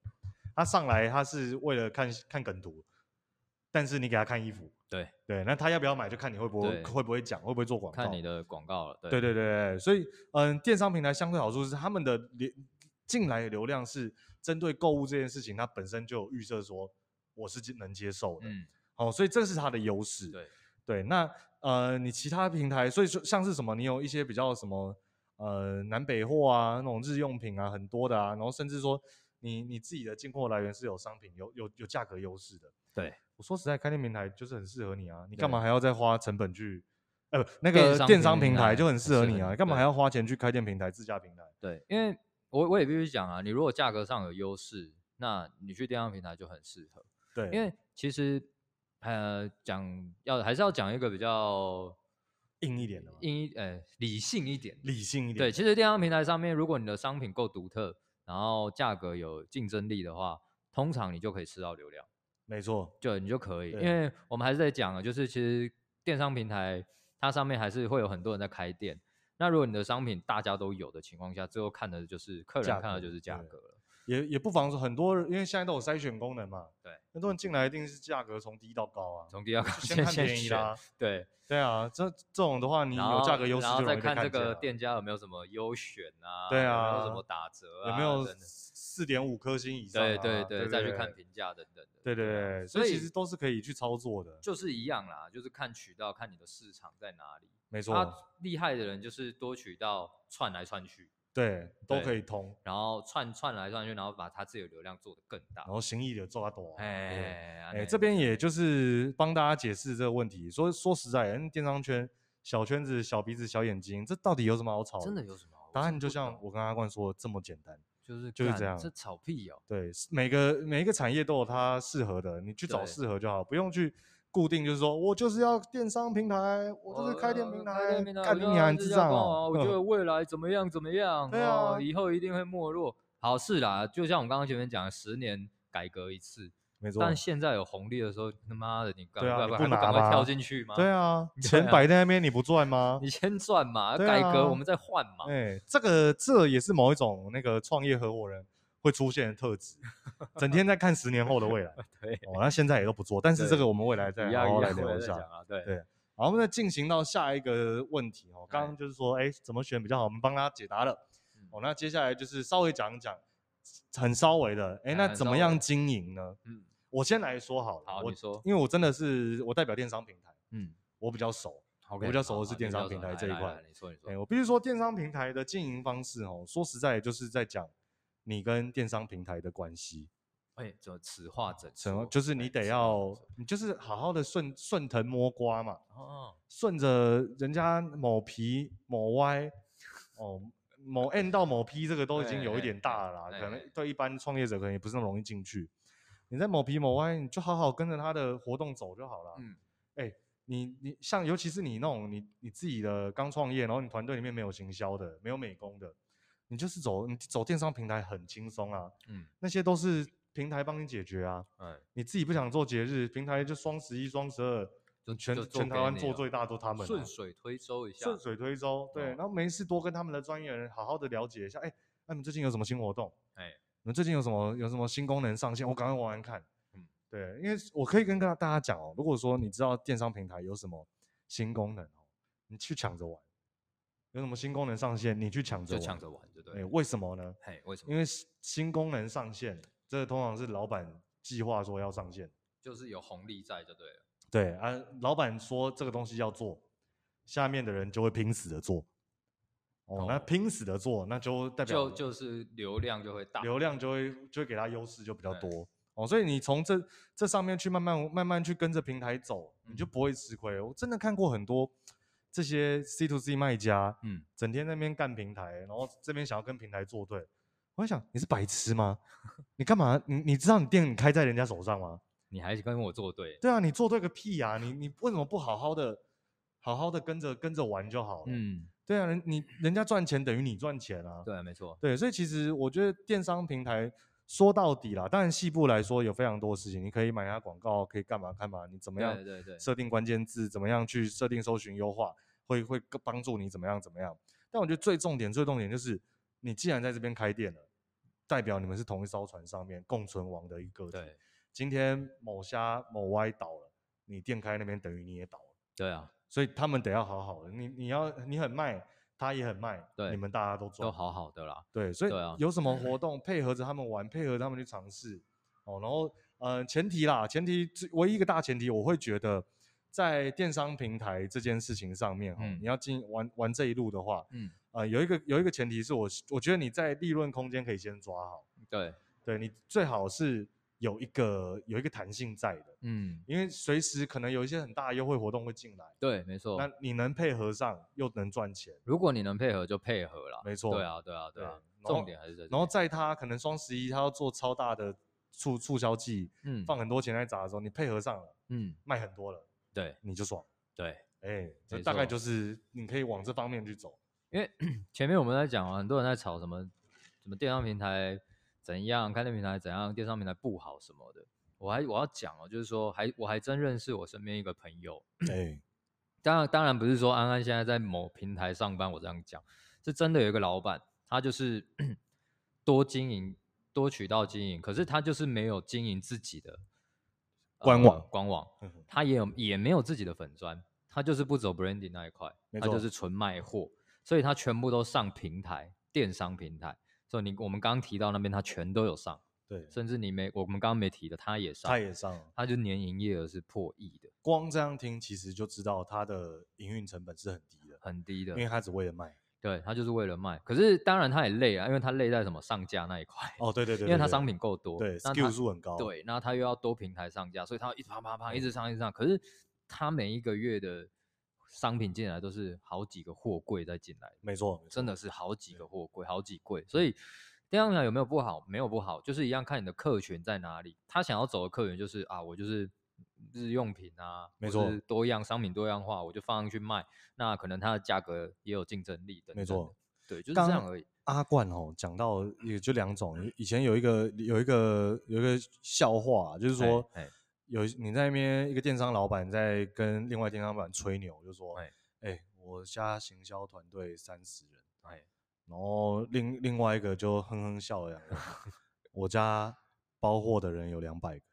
S1: 他上来他是为了看看梗图，但是你给他看衣服，
S2: 对，
S1: 对，那他要不要买就看你会不会
S2: 对
S1: 会不会讲，会不会做广告，
S2: 看你的广告了。对
S1: 对对对对，所以嗯，电商平台相对好处是他们的流进来的流量是针对购物这件事情，它本身就有预设说我是能接受的，
S2: 嗯，
S1: 哦，所以这是它的优势。
S2: 对。
S1: 对那呃，你其他平台，所以说像是什么，你有一些比较什么呃南北货啊，那种日用品啊，很多的啊，然后甚至说你你自己的进货来源是有商品有有有价格优势的。
S2: 对，
S1: 我说实在，开店平台就是很适合你啊，你干
S2: 对
S1: 嘛还要再花成本去？呃，不那
S2: 电
S1: 个
S2: 商
S1: 电
S2: 平
S1: 商平台
S2: 台
S1: 就很
S2: 很
S1: 适合
S2: 适合
S1: 你啊，
S2: 你
S1: 干嘛
S2: 对
S1: 还要花钱去开店平台、自家平台？
S2: 对，因为我我也必须讲啊，你如果价格上有优势，那你去电商平台就很适合。
S1: 对，
S2: 因为其实呃，讲要还是要讲一个比较
S1: 硬一点的嘛，
S2: 硬一呃理性一点。
S1: 理性一点。
S2: 对，其实电商平台上面，如果你的商品够独特，然后价格有竞争力的话，通常你就可以吃到流量，
S1: 没错，
S2: 就你就可以。因
S1: 对
S2: 为我们还是在讲啊，就是其实电商平台它上面还是会有很多人在开店。那如果你的商品大家都有的情况下，最后看的就是客人
S1: 价
S2: 看的
S1: 格
S2: 就是价
S1: 对
S2: 格了。
S1: 也也不妨说很多人，因为现在都有筛选功能嘛，
S2: 对，
S1: 很多人进来一定是价格从低到高啊，
S2: 从第二 个
S1: 就先看便宜啦。
S2: 对，
S1: 对啊，这这种的话，你
S2: 然
S1: 有价
S2: 后
S1: 格优势就
S2: 然后
S1: 容
S2: 再
S1: 易被
S2: 看这
S1: 见
S2: 个
S1: 啊
S2: 店家有没有什么优选啊，
S1: 对
S2: 有没有
S1: 啊
S2: 什么打折啊，
S1: 有没有
S2: 等等
S1: 四点五颗星以上、啊，
S2: 对对对，
S1: 对，
S2: 再去看评价等等的。
S1: 对对对，所
S2: 啊所
S1: 以
S2: 以
S1: 其实都是可以去操作的，
S2: 就是一样啦，就是看渠道，看你的市场在哪里。
S1: 没错，
S2: 他厉害的人就是多渠道串来串去，
S1: 对，都
S2: 对
S1: 可以通，
S2: 然后串串来串去，然后把他自己的流量做得更大
S1: 然。后行意的抓多，啊对。哦
S2: 哎，
S1: 哎、
S2: 安内
S1: 这边也就是帮大家解释这个问题。说说实在，嗯电商圈小圈子、小鼻子、小眼睛，这到底有什么好吵？
S2: 真的，有什么？啊
S1: 答
S2: 我
S1: 案
S2: 真
S1: 就
S2: 不
S1: 像
S2: 懂
S1: 我跟阿冠说的这么简单。
S2: 就是
S1: 就是
S2: 干
S1: 这样
S2: 这草屁哦。
S1: 对，每个每一个产业都有它适合的，你去找
S2: 对
S1: 适合就好，不用去固定，就是说我就是要电商平台，我就是开店平
S2: 呃
S1: 台，干你
S2: 啊
S1: 娘你智障哦！
S2: 我觉
S1: 嗯
S2: 得未来怎么样怎么样，
S1: 对
S2: 哦
S1: 啊
S2: 以后一定会没落。好是啦，就像我们刚刚前面讲的，十年改革一次，
S1: 没错，
S2: 但现在有红利的时候，他妈的你赶
S1: 对啊
S2: 快
S1: 你
S2: 快
S1: 不
S2: 还不
S1: 拿
S2: 赶快
S1: 吗
S2: 跳进去吗？
S1: 对啊，
S2: 对
S1: 钱
S2: 啊
S1: 摆在那边你不赚吗？
S2: 你先赚嘛，
S1: 对
S2: 改革
S1: 啊
S2: 我们再换嘛。
S1: 哎、这个这也是某一种那个创业合伙人会出现的特质，整天在看十年后的未来。
S2: 对，
S1: 哦，那现在也都不做，但是这
S2: 对
S1: 个我们未来再
S2: 一
S1: 好
S2: 样
S1: 好
S2: 一
S1: 来
S2: 样，我
S1: 聊
S2: 也
S1: 一
S2: 在
S1: 下
S2: 讲。啊，对
S1: 对好，我们再进行到下一个问题哦。刚刚就是说，哎，怎么选比较好？我们帮大家解答了。
S2: 嗯
S1: 哦，那接下来就是稍微讲一讲，很稍微的，哎，
S2: 哎
S1: 那
S2: 很
S1: 怎
S2: 稍
S1: 么样
S2: 微
S1: 经营呢？
S2: 嗯，
S1: 我先来说好了。
S2: 好，
S1: 我
S2: 你说，
S1: 因为我真的是我代表电商平台，
S2: 嗯
S1: 我比较熟。
S2: ，OK，好，
S1: 比较熟的是
S2: 好
S1: 电
S2: 你比
S1: 商
S2: 较
S1: 平
S2: 熟
S1: 台
S2: 来
S1: 这一
S2: 来
S1: 块
S2: 来你说，你
S1: 哎，
S2: 说，
S1: 我必须说，电商平台的经营方式哦，说实在就是在讲你跟电商平台的关系。
S2: 哎，怎么此话怎
S1: 什么？
S2: 说？
S1: 就是你
S2: 哎
S1: 得
S2: 此话怎
S1: 要
S2: 说，
S1: 你就是好好的顺顺藤摸瓜嘛。
S2: 哦，
S1: 顺着人家某皮某歪，哦， 某 N 到某 P 这个都已经有一点大了啦，
S2: 哎哎哎
S1: 可能
S2: 哎
S1: 对一般创业者可能也不是那么容易进去。你在某皮某歪，你就好好跟着他的活动走就好了。哎
S2: 嗯，
S1: 你你像尤其是你那种你你自己的刚创业，然后你团队里面没有行销的，没有美工的，你就是走你走电商平台很轻松啊，
S2: 嗯，
S1: 那些都是平台帮你解决啊。
S2: 哎，
S1: 你自己不想做节日，平台就双十一、双十二，
S2: 就
S1: 全
S2: 就做
S1: 全台
S2: 给
S1: 湾
S2: 你
S1: 做
S2: 了
S1: 最大都他们啊、
S2: 顺水推舟一下，
S1: 顺水推舟，对，
S2: 哦
S1: 然后没事多跟他们的专业人好好的了解一下，哎，那你们最近有什么新活动？
S2: 哎，
S1: 你们最近有什么有什么新功能上线？我赶快玩玩看。嗯
S2: 嗯，
S1: 对，因为我可以跟大家讲哦，如果说你知道电商平台有什么新功能哦，你去抢着玩。有什么新功能上线，你去抢着玩。
S2: 就抢着玩，对不
S1: 哎，
S2: 对？
S1: 为什么呢？
S2: 嘿，为什
S1: 因
S2: 么？
S1: 为新新功能上线，这个通常是老板计划说要上线。
S2: 就是有红利在就对了。
S1: 对啊，老板说这个东西要做，下面的人就会拼死的做。哦，那
S2: 哦
S1: 拼死的做，那就代表
S2: 就就是流量就会大，
S1: 流量就会就会给他优势就比较
S2: 哎
S1: 多。哦，所以你从这这上面去慢慢慢慢去跟着平台走，你就
S2: 嗯
S1: 不会吃亏。我真的看过很多这些 C to C 卖家，
S2: 嗯，
S1: 整天在那边干平台，然后这边想要跟平台作对。我在想，你是白痴吗？ 你干嘛？你你知道你店开在人家手上吗？
S2: 你还跟我作对，
S1: 对啊，你做对个屁呀、你你为什么不好好的、好好的跟着跟着玩就好了？
S2: 嗯，
S1: 对啊，人你人家赚钱等于你赚钱啊。
S2: 对，没错，
S1: 对所以其实我觉得电商平台说到底啦，当然细部来说有非常多事情，你可以买它广告，可以干嘛干嘛，你怎么样
S2: 对对对，
S1: 设定关键字，怎么样去设定搜寻优化，会会更帮助你怎么样怎么样。但我觉得最重点最重点就是，你既然在这边开店了，代表你们是同一艘船上面共存亡的一个个体。
S2: 对
S1: 今天某虾某歪倒了，你店开那边等于你也倒了，
S2: 对啊，
S1: 所以他们得要好好的。你你要你很卖，他也很卖，
S2: 对
S1: 你们大家都赚，
S2: 都好好的啦，
S1: 对，所以
S2: 对啊
S1: 有什么活动配合着他们玩，配合他们去尝试哦。然后呃，前提啦，前提最唯一一个大前提，我会觉得在电商平台这件事情上面哦，
S2: 嗯
S1: 你要进玩玩这一路的话，
S2: 嗯，
S1: 呃，有一个有一个前提是我我觉得你在利润空间可以先抓好，
S2: 对，
S1: 对你最好是有一个有一个弹性在的。
S2: 嗯，
S1: 因为随时可能有一些很大的优惠活动会进来，
S2: 对，没错
S1: 那。你能配合上又能赚钱，
S2: 如果你能配合就配合啦，
S1: 没错
S2: 对啊，对啊，
S1: 对
S2: 对啊，
S1: 然后
S2: 重点还是在这
S1: 然后
S2: 边
S1: 在他可能双十一他要做超大的促促销季，
S2: 嗯
S1: 放很多钱在砸的时候，你配合上了，
S2: 嗯，
S1: 卖很多了，
S2: 对
S1: 你就爽。
S2: 对，
S1: 哎，这
S2: 没
S1: 大概
S2: 错
S1: 就是你可以往这方面去 走。
S2: 因为前面我们在讲啊，很多人在吵什么什么电商平台怎样，开店平台怎样，电商平台不好什么的。我还我要讲哦，就是说还我还真认识我身边一个朋友，
S1: 哎，
S2: 当然当然不是说安安现在在某平台上班，我这样讲是真的有一个老板，他就是 多经营多渠道经营，可是他就是没有经营自己的、呃
S1: 官网
S2: 官网
S1: 嗯哼，
S2: 他也有也没有自己的粉砖，他就是不走 branding 那一块，
S1: 没
S2: 他就
S1: 错
S2: 是纯卖货，所以他全部都上平台电商平台，所以你我们刚刚提到那边，它全都有上，
S1: 对，
S2: 甚至你没我们刚刚没提的，它也上，
S1: 他也上了。
S2: 它就年营业额是破亿的，
S1: 光这样听，其实就知道它的营运成本是很低的，
S2: 很低的
S1: 因，为它只为了卖。
S2: 对，它就是为了卖。可是当然它也累啊，因为它累在什么上架那一块，
S1: 哦，对对对，
S2: 因为它
S1: 对
S2: 商品够多，
S1: 对
S2: 那它
S1: skill 数很高，
S2: 对，那它又要多平台上架，所以它一直啪啪啪一直上一直上。可是它每一个月的商品进来都是好几个货柜在进来，
S1: 没错，没错，
S2: 真的是好几个货柜，好几柜。所以电商平台有没有不好？没有不好，就是一样看你的客群在哪里。他想要走的客群就是啊，我就是日用品啊，
S1: 没
S2: 或
S1: 错
S2: 是多样商品多样化，我就放上去卖。那可能它的价格也有竞争力等等的。
S1: 没错。
S2: 对，就是
S1: 刚
S2: 这样而已。
S1: 阿冠哦，讲到也就两种，以前有一个有一个有一个笑话，啊就是说
S2: 哎哎
S1: 有你在那边一个电商老板在跟另外电商老板吹牛，就说
S2: 哎，
S1: 哎，我家行销团队三十人，
S2: 哎，
S1: 然后另另外一个就哼哼笑了两个人， 我家包货的人有两百个。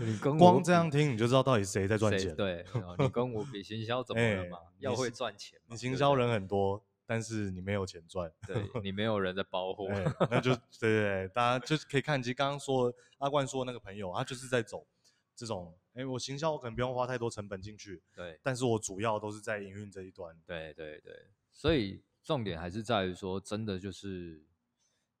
S2: 你跟我
S1: 光这
S2: 比
S1: 样听你就知道到底谁在赚
S2: 谁
S1: 钱。，
S2: 对，哦你跟我比行销怎么了
S1: 哎
S2: 嘛？
S1: 你
S2: 要会
S1: 是
S2: 赚钱嘛，
S1: 你
S2: 对
S1: 行
S2: 不
S1: 销
S2: 对，
S1: 人很多，但是你没有钱赚。
S2: 对你没有人在包货，
S1: 哎，那就对对对，大家就是可以看，其实刚刚说阿冠说的那个朋友，他就是在走这种，哎，我行销我可能不用花太多成本进去，
S2: 对
S1: 但是我主要都是在营运这一端。
S2: 对对对，所以重点还是在于说，真的就是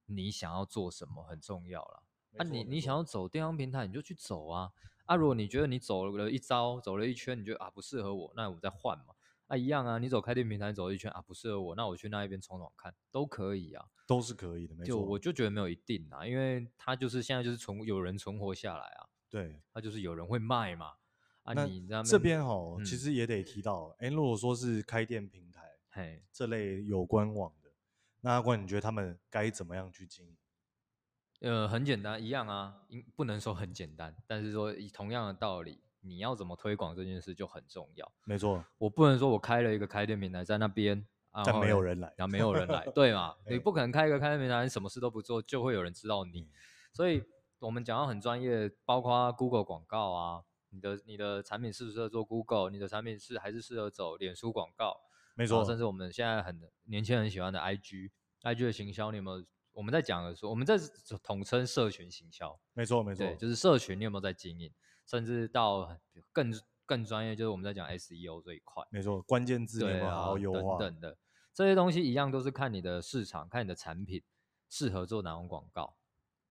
S2: 你想要做什么很重要啦。
S1: 没
S2: 啊
S1: 错
S2: 你，
S1: 没
S2: 你想
S1: 错
S2: 要走电商平台，你就去走啊。啊，如果你觉得你走了一招，走了一圈，你觉得啊不适合我，那我再换嘛。啊，一样啊，你走开店平台走一圈啊不适合我，那我去那一边闯闯看，都可以啊。
S1: 都是可以的，没
S2: 就
S1: 错。
S2: 我就觉得没有一定啊，因为他就是现在就是存有人存活下来啊，
S1: 对
S2: 他就是有人会卖嘛。啊，
S1: 那
S2: 你在那
S1: 这边哦，其
S2: 嗯
S1: 实也得提到，哎，如果说是开店平台
S2: 嘿，
S1: 这类有官网的，那阿冠你觉得他们该怎么样去经营？
S2: 呃，很简单，一样啊，应不能说很简单，但是说以同样的道理，你要怎么推广这件事就很重要。
S1: 没错，
S2: 我不能说我开了一个开店平台在那边，啊、
S1: 但
S2: 然后
S1: 没有
S2: 嘞
S1: 人来
S2: 然后没有人来，对嘛？你
S1: 哎
S2: 不可能开一个开店平台，什么事都不做，就会有人知道你
S1: 嗯。
S2: 所以我们讲到很专业，包括 Google 广告啊，你的你的产品适不适合做 Google，你的产品是还是适合走脸书广告，
S1: 没
S2: 没错，
S1: 错，
S2: 甚至我们现在很年轻人喜欢的 IG，IG 的行销，你有没有？我们在讲的说，我们在统称社群行销，
S1: 没错，没错
S2: 对，，就是社群你有没有在经营，甚至到更更专业，就是我们在讲 SEO 这一块，
S1: 没错，关键字你有
S2: 对
S1: 没有
S2: 啊，
S1: 好好优化？
S2: 等等的这些东西一样都是看你的市场，看你的产品适合做哪种广告，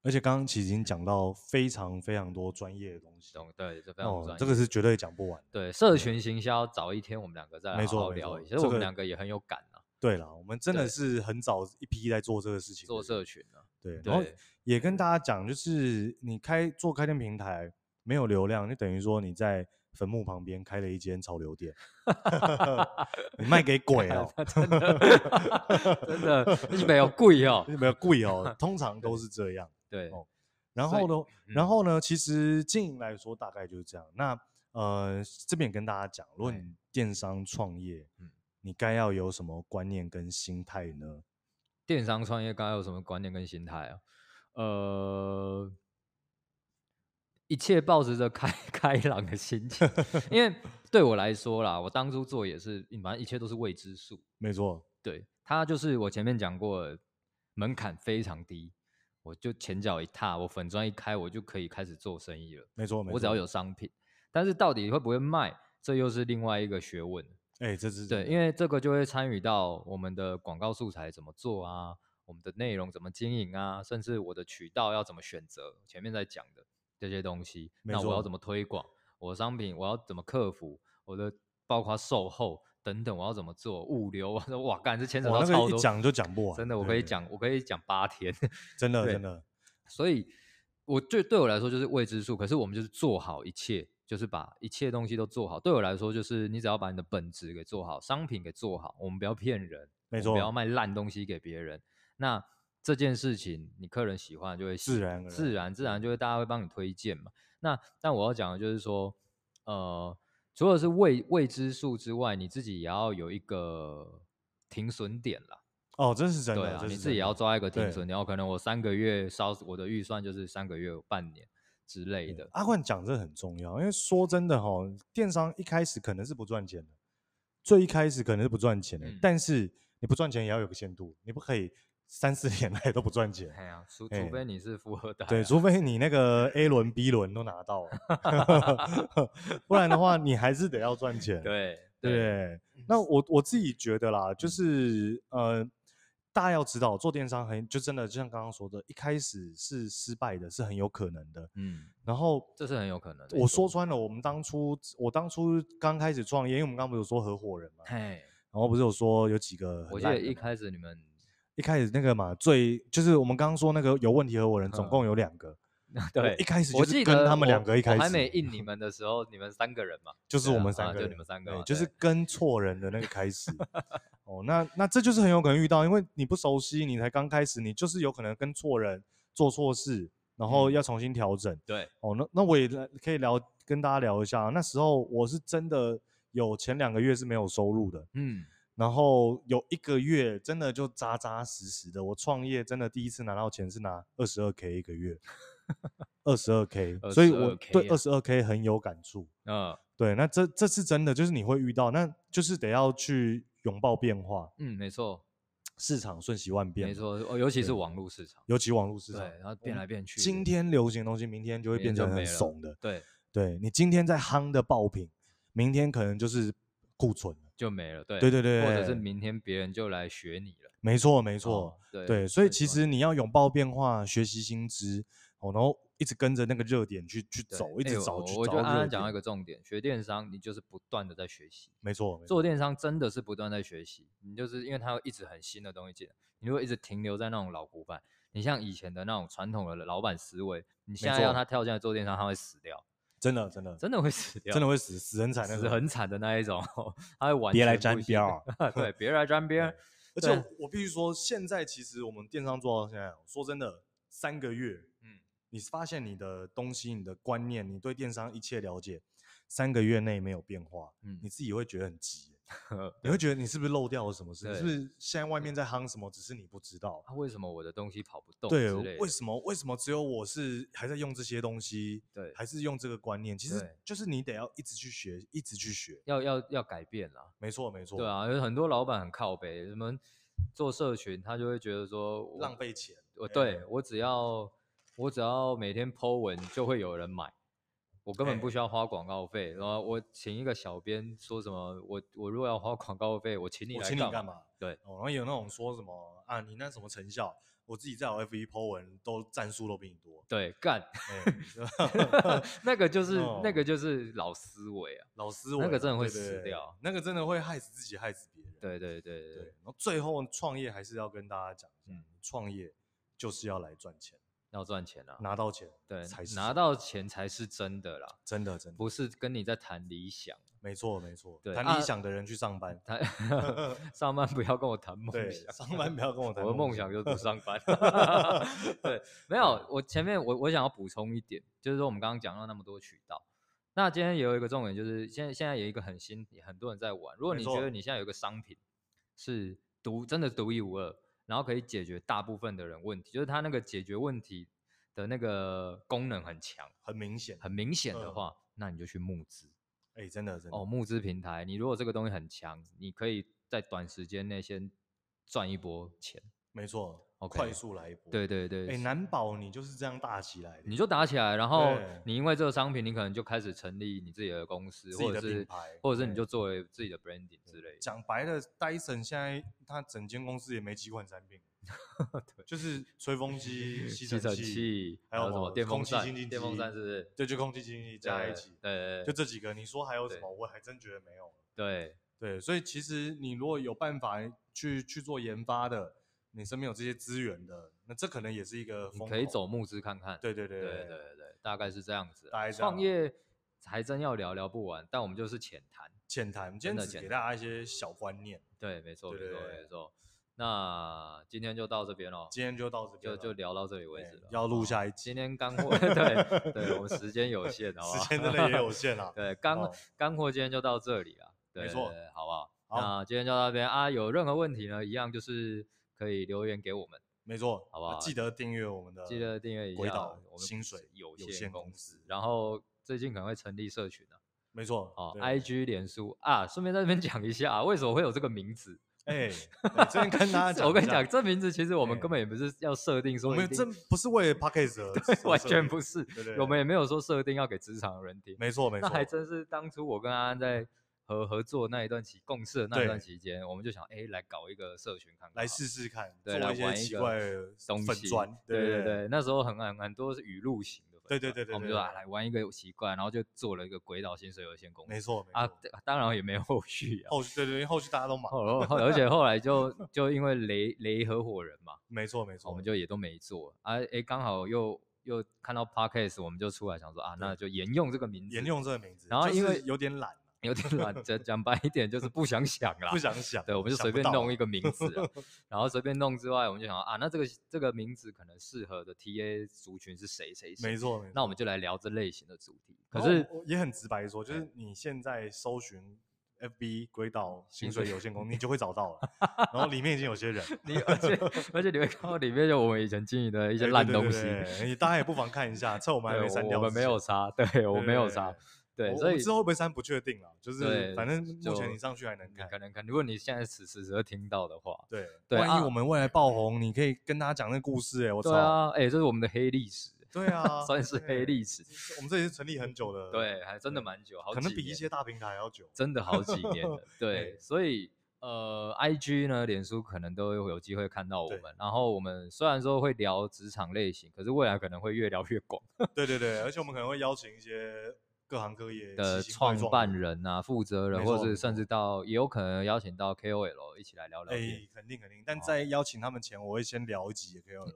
S1: 而且刚刚其实已经讲到非常非常多专业的东西，
S2: 懂？对，这非常专
S1: 哦
S2: 业。，
S1: 这个是绝对讲不完的。
S2: 对社群行销，早一天我们两个再来
S1: 没
S2: 好
S1: 错
S2: 好
S1: 没
S2: 聊
S1: 错
S2: 一下，其
S1: 这
S2: 实我们
S1: 个
S2: 两个也很有感啊，
S1: 对啦，我们真的
S2: 对
S1: 是很早一批在做这个事情的人，
S2: 做社群啊，
S1: 对，然后
S2: 对
S1: 也跟大家讲，就是你开做开店平台没有流量，就等于说你在坟墓旁边开了一间潮流店， 你卖给哦 鬼哦，
S2: 真的 真的， 你 没有贵哦。
S1: 没有贵哦， 通常都是这样。
S2: 对，
S1: 哦然
S2: 所以
S1: 后呢，然
S2: 嗯
S1: 后呢，其实经营来说大概就是这样。那呃，这边也跟大家讲，如果
S2: 哎
S1: 你电商创业，
S2: 嗯
S1: 你该要有什么观念跟心态呢？
S2: 电商创业刚刚有什么观念跟心态啊？呃，一切抱着着开 开朗的心情，因为对我来说啦，我当初做也是，反正一切都是未知数。
S1: 没错，
S2: 对，它就是我前面讲过的，门槛非常低，我就前脚一踏，我粉砖一开，我就可以开始做生意了。
S1: 没错，没错。
S2: 我只要，有商品，但是到底会不会卖，这又是另外一个学问。
S1: 哎、这是
S2: 对，
S1: 真
S2: 因
S1: 的
S2: 为这个就会参与到我们的广告素材怎么做啊，我们的内容怎么经营啊，甚至我的渠道要怎么选择，前面在讲的这些东西，
S1: 没
S2: 那我要
S1: 错
S2: 怎么推广我的商品，我要怎么克服我的，包括售后等等，我要怎么做物流，我说哇，干这牵扯
S1: 哇
S2: 到
S1: 那个
S2: 超
S1: 一
S2: 多，
S1: 讲就讲不完
S2: 真的，我
S1: 对
S2: 可以
S1: 对
S2: 讲，我可以讲八天，
S1: 真的
S2: 对
S1: 真的
S2: 所以我对对我来说就是未知数，可是我们就是做好一切，就是把一切东西都做好。对我来说，就是你只要把你的本质给做好，商品给做好，我们不要骗人，
S1: 没
S2: 我们不要
S1: 错
S2: 卖烂东西给别人。那这件事情，你客人喜欢就会
S1: 自
S2: 喜
S1: 然而
S2: 自
S1: 然
S2: 然自然就会大家会帮你推荐嘛。那但我要讲的就是说，呃，除了是未未知数之外，你自己也要有一个停损点啦。
S1: 哦，这是真的，
S2: 对啊，
S1: 这
S2: 你
S1: 是
S2: 自己
S1: 真
S2: 也要
S1: 的
S2: 抓一个停
S1: 对
S2: 损，然后可能我三个月烧我的预算就是三个月、半年之类
S1: 对啊
S2: 的。
S1: 阿冠讲这很重要，因为说真的哈、电商一开始可能是不赚钱的，最一开始可能是不赚钱的，
S2: 嗯
S1: 但是你你不赚钱也要有个限度，你不可以三四年来都不赚 钱。
S2: 哎呀，除
S1: 哎
S2: 除非你是富二代啊、
S1: 对，除非你那个 A 轮、B 轮都拿到 了，不然的话你还是得要赚钱。
S2: 对
S1: 对，那我我自己觉得啦，就是呃，大家要知道做电商很就真的就像刚刚说的，一开始是失败的，是很有可能的。
S2: 嗯，
S1: 然后
S2: 这是很有可能的。
S1: 我说穿了，我们当初我当初刚开始创业，因为我们刚刚不是有说合伙人嘛，然
S2: 嘿，
S1: 后不是有说有几个很
S2: 我记
S1: 烂
S2: 得
S1: 的
S2: 一
S1: 嘛
S2: 开始你们
S1: 一开始那个嘛，最就是我们刚刚说那个有问题合伙人，总
S2: 嗯
S1: 共有两个，
S2: 对
S1: 一，开始就
S2: 我
S1: 是
S2: 记
S1: 跟
S2: 得
S1: 他们两
S2: 我
S1: 个一开
S2: 我还
S1: 始
S2: 没印你们的时候，你们三个人嘛，
S1: 就是
S2: 对
S1: 我
S2: 啊
S1: 们
S2: 啊
S1: 三个
S2: 就
S1: 人，
S2: 你们三个
S1: 对
S2: 嘛
S1: 就是
S2: 对
S1: 跟错人的那个开 始。哦，那那这就是很有可能遇到，因为你不熟悉，你才刚开始，你就是有可能跟错人做错事，然后
S2: 嗯
S1: 要重新调整。
S2: 对，
S1: 哦，那那我也来可以聊跟大家聊一下，那时候我是真的有前两个月是没有收入的，
S2: 嗯，
S1: 然后有一个月真的就扎扎实实的，我创业真的第一次拿到钱是拿二十二 k 一个月，二十二 k，所以我
S2: 22K
S1: 对
S2: 啊
S1: 二十二 k 很有感触。
S2: 呃，
S1: 对，那这这是真的，就是你会遇到，那就是得要去拥抱变化，
S2: 嗯，没错，
S1: 市场瞬息万变，
S2: 没，错，哦，尤其是
S1: 对
S2: 网络市场，
S1: 尤其网络市
S2: 对，
S1: 场，
S2: 然后变来变去的，
S1: 今天流行的东西，明天就会
S2: 明天
S1: 变
S2: 就
S1: 成很
S2: 没了
S1: 怂的，
S2: 对
S1: 对你今天在夯的爆品，明天可能就是库存了，
S2: 就没了，对
S1: 对对对，
S2: 或者是明天别人就来学你了，
S1: 没错没
S2: 没
S1: 错，，
S2: 对
S1: 对，所以其
S2: 错
S1: 实你要拥抱变化，学习新知，哦，然后一直跟着那个热点去去
S2: 对
S1: 走，一
S2: 哎
S1: 直
S2: 我
S1: 找去
S2: 我
S1: 找
S2: 觉
S1: 到
S2: 得安
S1: 热
S2: 安讲到一
S1: 点，
S2: 个重点，学电商你就是不断的在学习，
S1: 没错，没错
S2: 做电商真的是不断在学习，你就是因为它有一直很新的东西进来，你如果一直停留在那种老古板，你像以前的那种传统的老板思维，你现在
S1: 错
S2: 要他跳进来做电商，他会死掉，
S1: 真的真的
S2: 真的会死掉，
S1: 真的会死死人惨那
S2: 死
S1: 种
S2: 很惨的那一种，他会完
S1: 别来
S2: 全不
S1: 沾
S2: 行
S1: 边儿，
S2: 对，别来沾边儿，
S1: 而
S2: 对
S1: 且我必须说，现在其实我们电商做到现在，哦说真的，三个月，
S2: 嗯
S1: 嗯，你发现你的东西、你的观念、你对电商一切了解，三个月内没有变化，
S2: 嗯
S1: 你自己会觉得很 急耶，你会觉得你是不是漏掉了什么事？
S2: 对
S1: 是不是现在外面在夯什么，只是你不知道？
S2: 啊，为什么我的东西跑不动之
S1: 对
S2: 类的？，
S1: 为什么为什么只有我是还在用这些东西，
S2: 对
S1: 还是用这个观念？其实
S2: 对
S1: 就是你得要一直去学，一直去学。
S2: 要要要改变啦？
S1: 没错，没错。
S2: 对，啊，有很多老板很靠北，什么做社群，他就会觉得说我
S1: 浪费钱。
S2: 我
S1: 哎
S2: 对我只要我只要每天 Po 文就会有人买，我根本不
S1: 哎
S2: 需要花广告费。然后我请一个小编说什么，我我如果要花广告费，我请你
S1: 我
S2: 来
S1: 请你干
S2: 嘛？
S1: 嘛？
S2: 对。
S1: 哦，然后有那种说什么啊，你那什么成效，我自己在我 F 一 Po 文都战术都比你多
S2: 对， 干，
S1: 哎
S2: 那个就是、那个
S1: 哦
S2: 就是老思维啊。
S1: 老思维啊
S2: 那个真的会
S1: 对对
S2: 死
S1: 对
S2: 掉
S1: 那个真的会害死自己，害死别人。
S2: 对对对对
S1: 对，然后最后创业还是要跟大家讲一下
S2: 嗯，
S1: 创业就是要来赚钱，
S2: 要赚钱啊，
S1: 拿到钱，
S2: 对
S1: 才，是啊
S2: 拿到钱才是真的啦，
S1: 真的真的，
S2: 不是跟你在谈理想。
S1: 没错没错
S2: 对，
S1: 谈
S2: 啊
S1: 理想的人去上 班，
S2: 他上班不要跟我谈梦
S1: 对，
S2: 想，
S1: 上班不要跟我谈
S2: 我的梦
S1: 梦想
S2: 想就是 不上班。对，没有，我前面我我想要补充一点，就是说我们刚刚讲到那么多渠道，那今天也有一个重点，就是现在现在有一个很新，很多人在玩。如果
S1: 没
S2: 你觉
S1: 错
S2: 得你现在有一个商品是独真的独一无二，然后可以解决大部分的人问题，就是它那个解决问题的那个功能很强、
S1: 很明显，
S2: 很明显的
S1: 嗯
S2: 话，那你就去募资。
S1: 哎，真的真的
S2: 哦，，募资平台，你如果这个东西很强，你可以在短时间内先赚一波钱。
S1: 没错，
S2: OK
S1: 快速来一波，
S2: 对，对对，
S1: 哎，难保你就是这样大起来的，
S2: 你就打起来，然后
S1: 对
S2: 你因为这个商品，你可能就开始成立你自己的公司，
S1: 自己
S2: 或
S1: 的
S2: 者
S1: 品
S2: 是
S1: 牌
S2: 或者是你
S1: 对
S2: 就作为自己的 branding 之类的。
S1: 讲白了，Dyson 现在它整间公司也没几款产 品，就是吹风机、吸
S2: 吸
S1: 尘
S2: 尘
S1: 器，
S2: 器，
S1: 还
S2: 还有
S1: 有
S2: 什么
S1: 什么
S2: 电
S1: 空
S2: 风
S1: 气
S2: 扇
S1: 清净？
S2: 电风
S1: 机
S2: 扇是不是？
S1: 对，就空气清新机加在一起，
S2: 对，
S1: 就
S2: 对
S1: 这几个。你说还有什
S2: 对
S1: 么？我还真觉得没有。
S2: 对
S1: 对，所以其实你如果有办法去去做研发的，你身边有这些资源的，那这可能也是一个
S2: 你
S1: 风
S2: 可以
S1: 口
S2: 走。募资看看。
S1: 对对对
S2: 对对
S1: 对，
S2: 对对，大概是这样子
S1: 大
S2: 啦。
S1: 概这
S2: 创
S1: 样啊
S2: 业还真要聊聊不完，但我们就是浅谈。
S1: 浅谈，今
S2: 真
S1: 天
S2: 的
S1: 只
S2: 浅
S1: 给
S2: 谈
S1: 大家一些小观念，
S2: 对，没错，没
S1: 对对
S2: 错，
S1: 对
S2: 没错。那今天就到这边喽，
S1: 今天就到这边
S2: 就
S1: 了，
S2: 就聊到这里为
S1: 对
S2: 止了。
S1: 要录
S2: 哦
S1: 下一集
S2: 今，天 干 货，对对，我们时间有限，好不好？。
S1: 时间真的也有。限啦
S2: 对，干
S1: 哦
S2: 干货今天就到这里了，对
S1: 没错，
S2: 对对好不好？
S1: 好
S2: 那今天就到这边啊，有任何问题呢，一样就是可以留言给我们，
S1: 没错，
S2: 好不
S1: 啊
S2: 好
S1: 记得订阅我们的，
S2: 记得订阅一
S1: 呃鬼
S2: 下
S1: 岛
S2: 我们
S1: 薪水
S2: 有
S1: 有
S2: 限
S1: 限
S2: 公
S1: 公
S2: 司
S1: 司，
S2: 然后最近可能会成立社群啊，
S1: 没错，
S2: 哦
S1: 对
S2: ，IG、脸书啊，顺便在这边讲一下啊，为什么会有这个名字？
S1: 哎、对这边跟 大家讲，
S2: 我跟你讲，，这名字其实我们
S1: 哎
S2: 根本也不是要设定说
S1: 我
S2: 一
S1: 们
S2: 定，
S1: 真不是为 p a c k a g e
S2: 完全不是，
S1: 对对对
S2: 我们也没有说设定要给职场的人听。
S1: 没错没错，
S2: 那还真是当初我跟安安在合合作那一段期，共事的那一段期间，我们就想，哎、来搞一个社群看看，
S1: 来试试看，
S2: 对
S1: 做
S2: 来
S1: 一些
S2: 玩一
S1: 奇
S2: 个
S1: 怪的
S2: 东
S1: 粉
S2: 西
S1: 砖，
S2: 对
S1: 对
S2: 对对，那时候很很很多是语录型的粉
S1: 对
S2: 砖，
S1: 对对对
S2: 我们
S1: 对
S2: 就
S1: 对
S2: 啊来玩一个奇怪，然后就做了一个鬼岛薪水有限公司
S1: 没错没错。
S2: 啊，对当然也没有后续啊。
S1: 后续对对，因为后续大家都忙，
S2: 后 后而且后来就就因为雷雷合伙人嘛，
S1: 没错没错，
S2: 我们就也都没做啊。哎，刚好又又看到 podcast，我们就出来想说啊，那就沿用这个名字，
S1: 沿用这个名字，
S2: 然后
S1: 就
S2: 因
S1: 是
S2: 为
S1: 有点懒，
S2: 有点懒，讲讲白一点就是不想想啦，
S1: 不想想，
S2: 对，我们就
S1: 想
S2: 随
S1: 不
S2: 便
S1: 到
S2: 弄
S1: 啊
S2: 一个名字啊，然后随便弄之外，我们就想啊，那这个这个名字可能适合的 TA 族群是谁谁谁
S1: 没，错没错。
S2: 那我们就来聊这类型的主题。可
S1: 然后
S2: 是
S1: 我我也很直白地说，就是你现在搜寻 FB 轨道薪水有限公司，你就会找到了，然后里面已经有些人了
S2: 你而且而且你会看到里面有我们以前经营的一
S1: 一
S2: 些烂东西，
S1: 你大家也不妨看一下，趁我们还没
S2: 对
S1: 删
S2: 我
S1: 掉
S2: 我们
S1: 之
S2: 没
S1: 前
S2: 有杀，对我
S1: 对
S2: 没有
S1: 对
S2: 杀，
S1: 我
S2: 对，
S1: 我
S2: 所
S1: 们
S2: 以
S1: 之后会不会删不确定了，就是
S2: 对
S1: 反正目前
S2: 就
S1: 你上去还能
S2: 你
S1: 看
S2: 可。能看，如果你现在此时此刻听到的话，
S1: 对，
S2: 对
S1: 万一
S2: 啊
S1: 我们未来爆红，你可以跟大家讲那个故事哎，我
S2: 对
S1: 操，
S2: 啊，哎、这是我们的黑历史，
S1: 对啊，
S2: 算是黑
S1: 对
S2: 历史，
S1: 我们这也是成立很久的，，
S2: 对，还真的蛮久，好
S1: 可能
S2: 几
S1: 比一
S2: 年
S1: 些大平台还要久。
S2: 真的好几 年了，对，所以呃，IG 呢，脸书可能都有有机会看到我
S1: 对
S2: 们，然后我们虽然说会聊职场类型，可是未来可能会越聊越广
S1: 对对对，而且我们可能会邀请一些各行各业
S2: 的
S1: 奇形怪
S2: 创
S1: 状
S2: 办，人啊、负责人，
S1: 没错
S2: 或者是
S1: 没
S2: 甚
S1: 错
S2: 至到也有可能邀请到 KOL 一起来聊聊
S1: 哎
S2: 天，，
S1: 肯定肯定。但
S2: 哦嗯
S1: 在邀请他们前，我会先聊一集 KOL，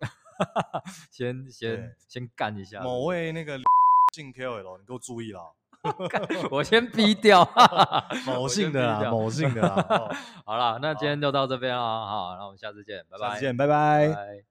S2: 先
S1: 对
S2: 先先干一下
S1: 某位那个姓 KOL，你给我注意 了，
S2: 我先 逼掉。
S1: 某
S2: 我先
S1: 姓的
S2: 逼
S1: 啦，
S2: 掉
S1: 某 姓的啦。哦
S2: 好了，那今
S1: 好
S2: 天就到这边了，好，那我们下次见，拜
S1: 下
S2: 拜，
S1: 次见，拜拜。
S2: 拜。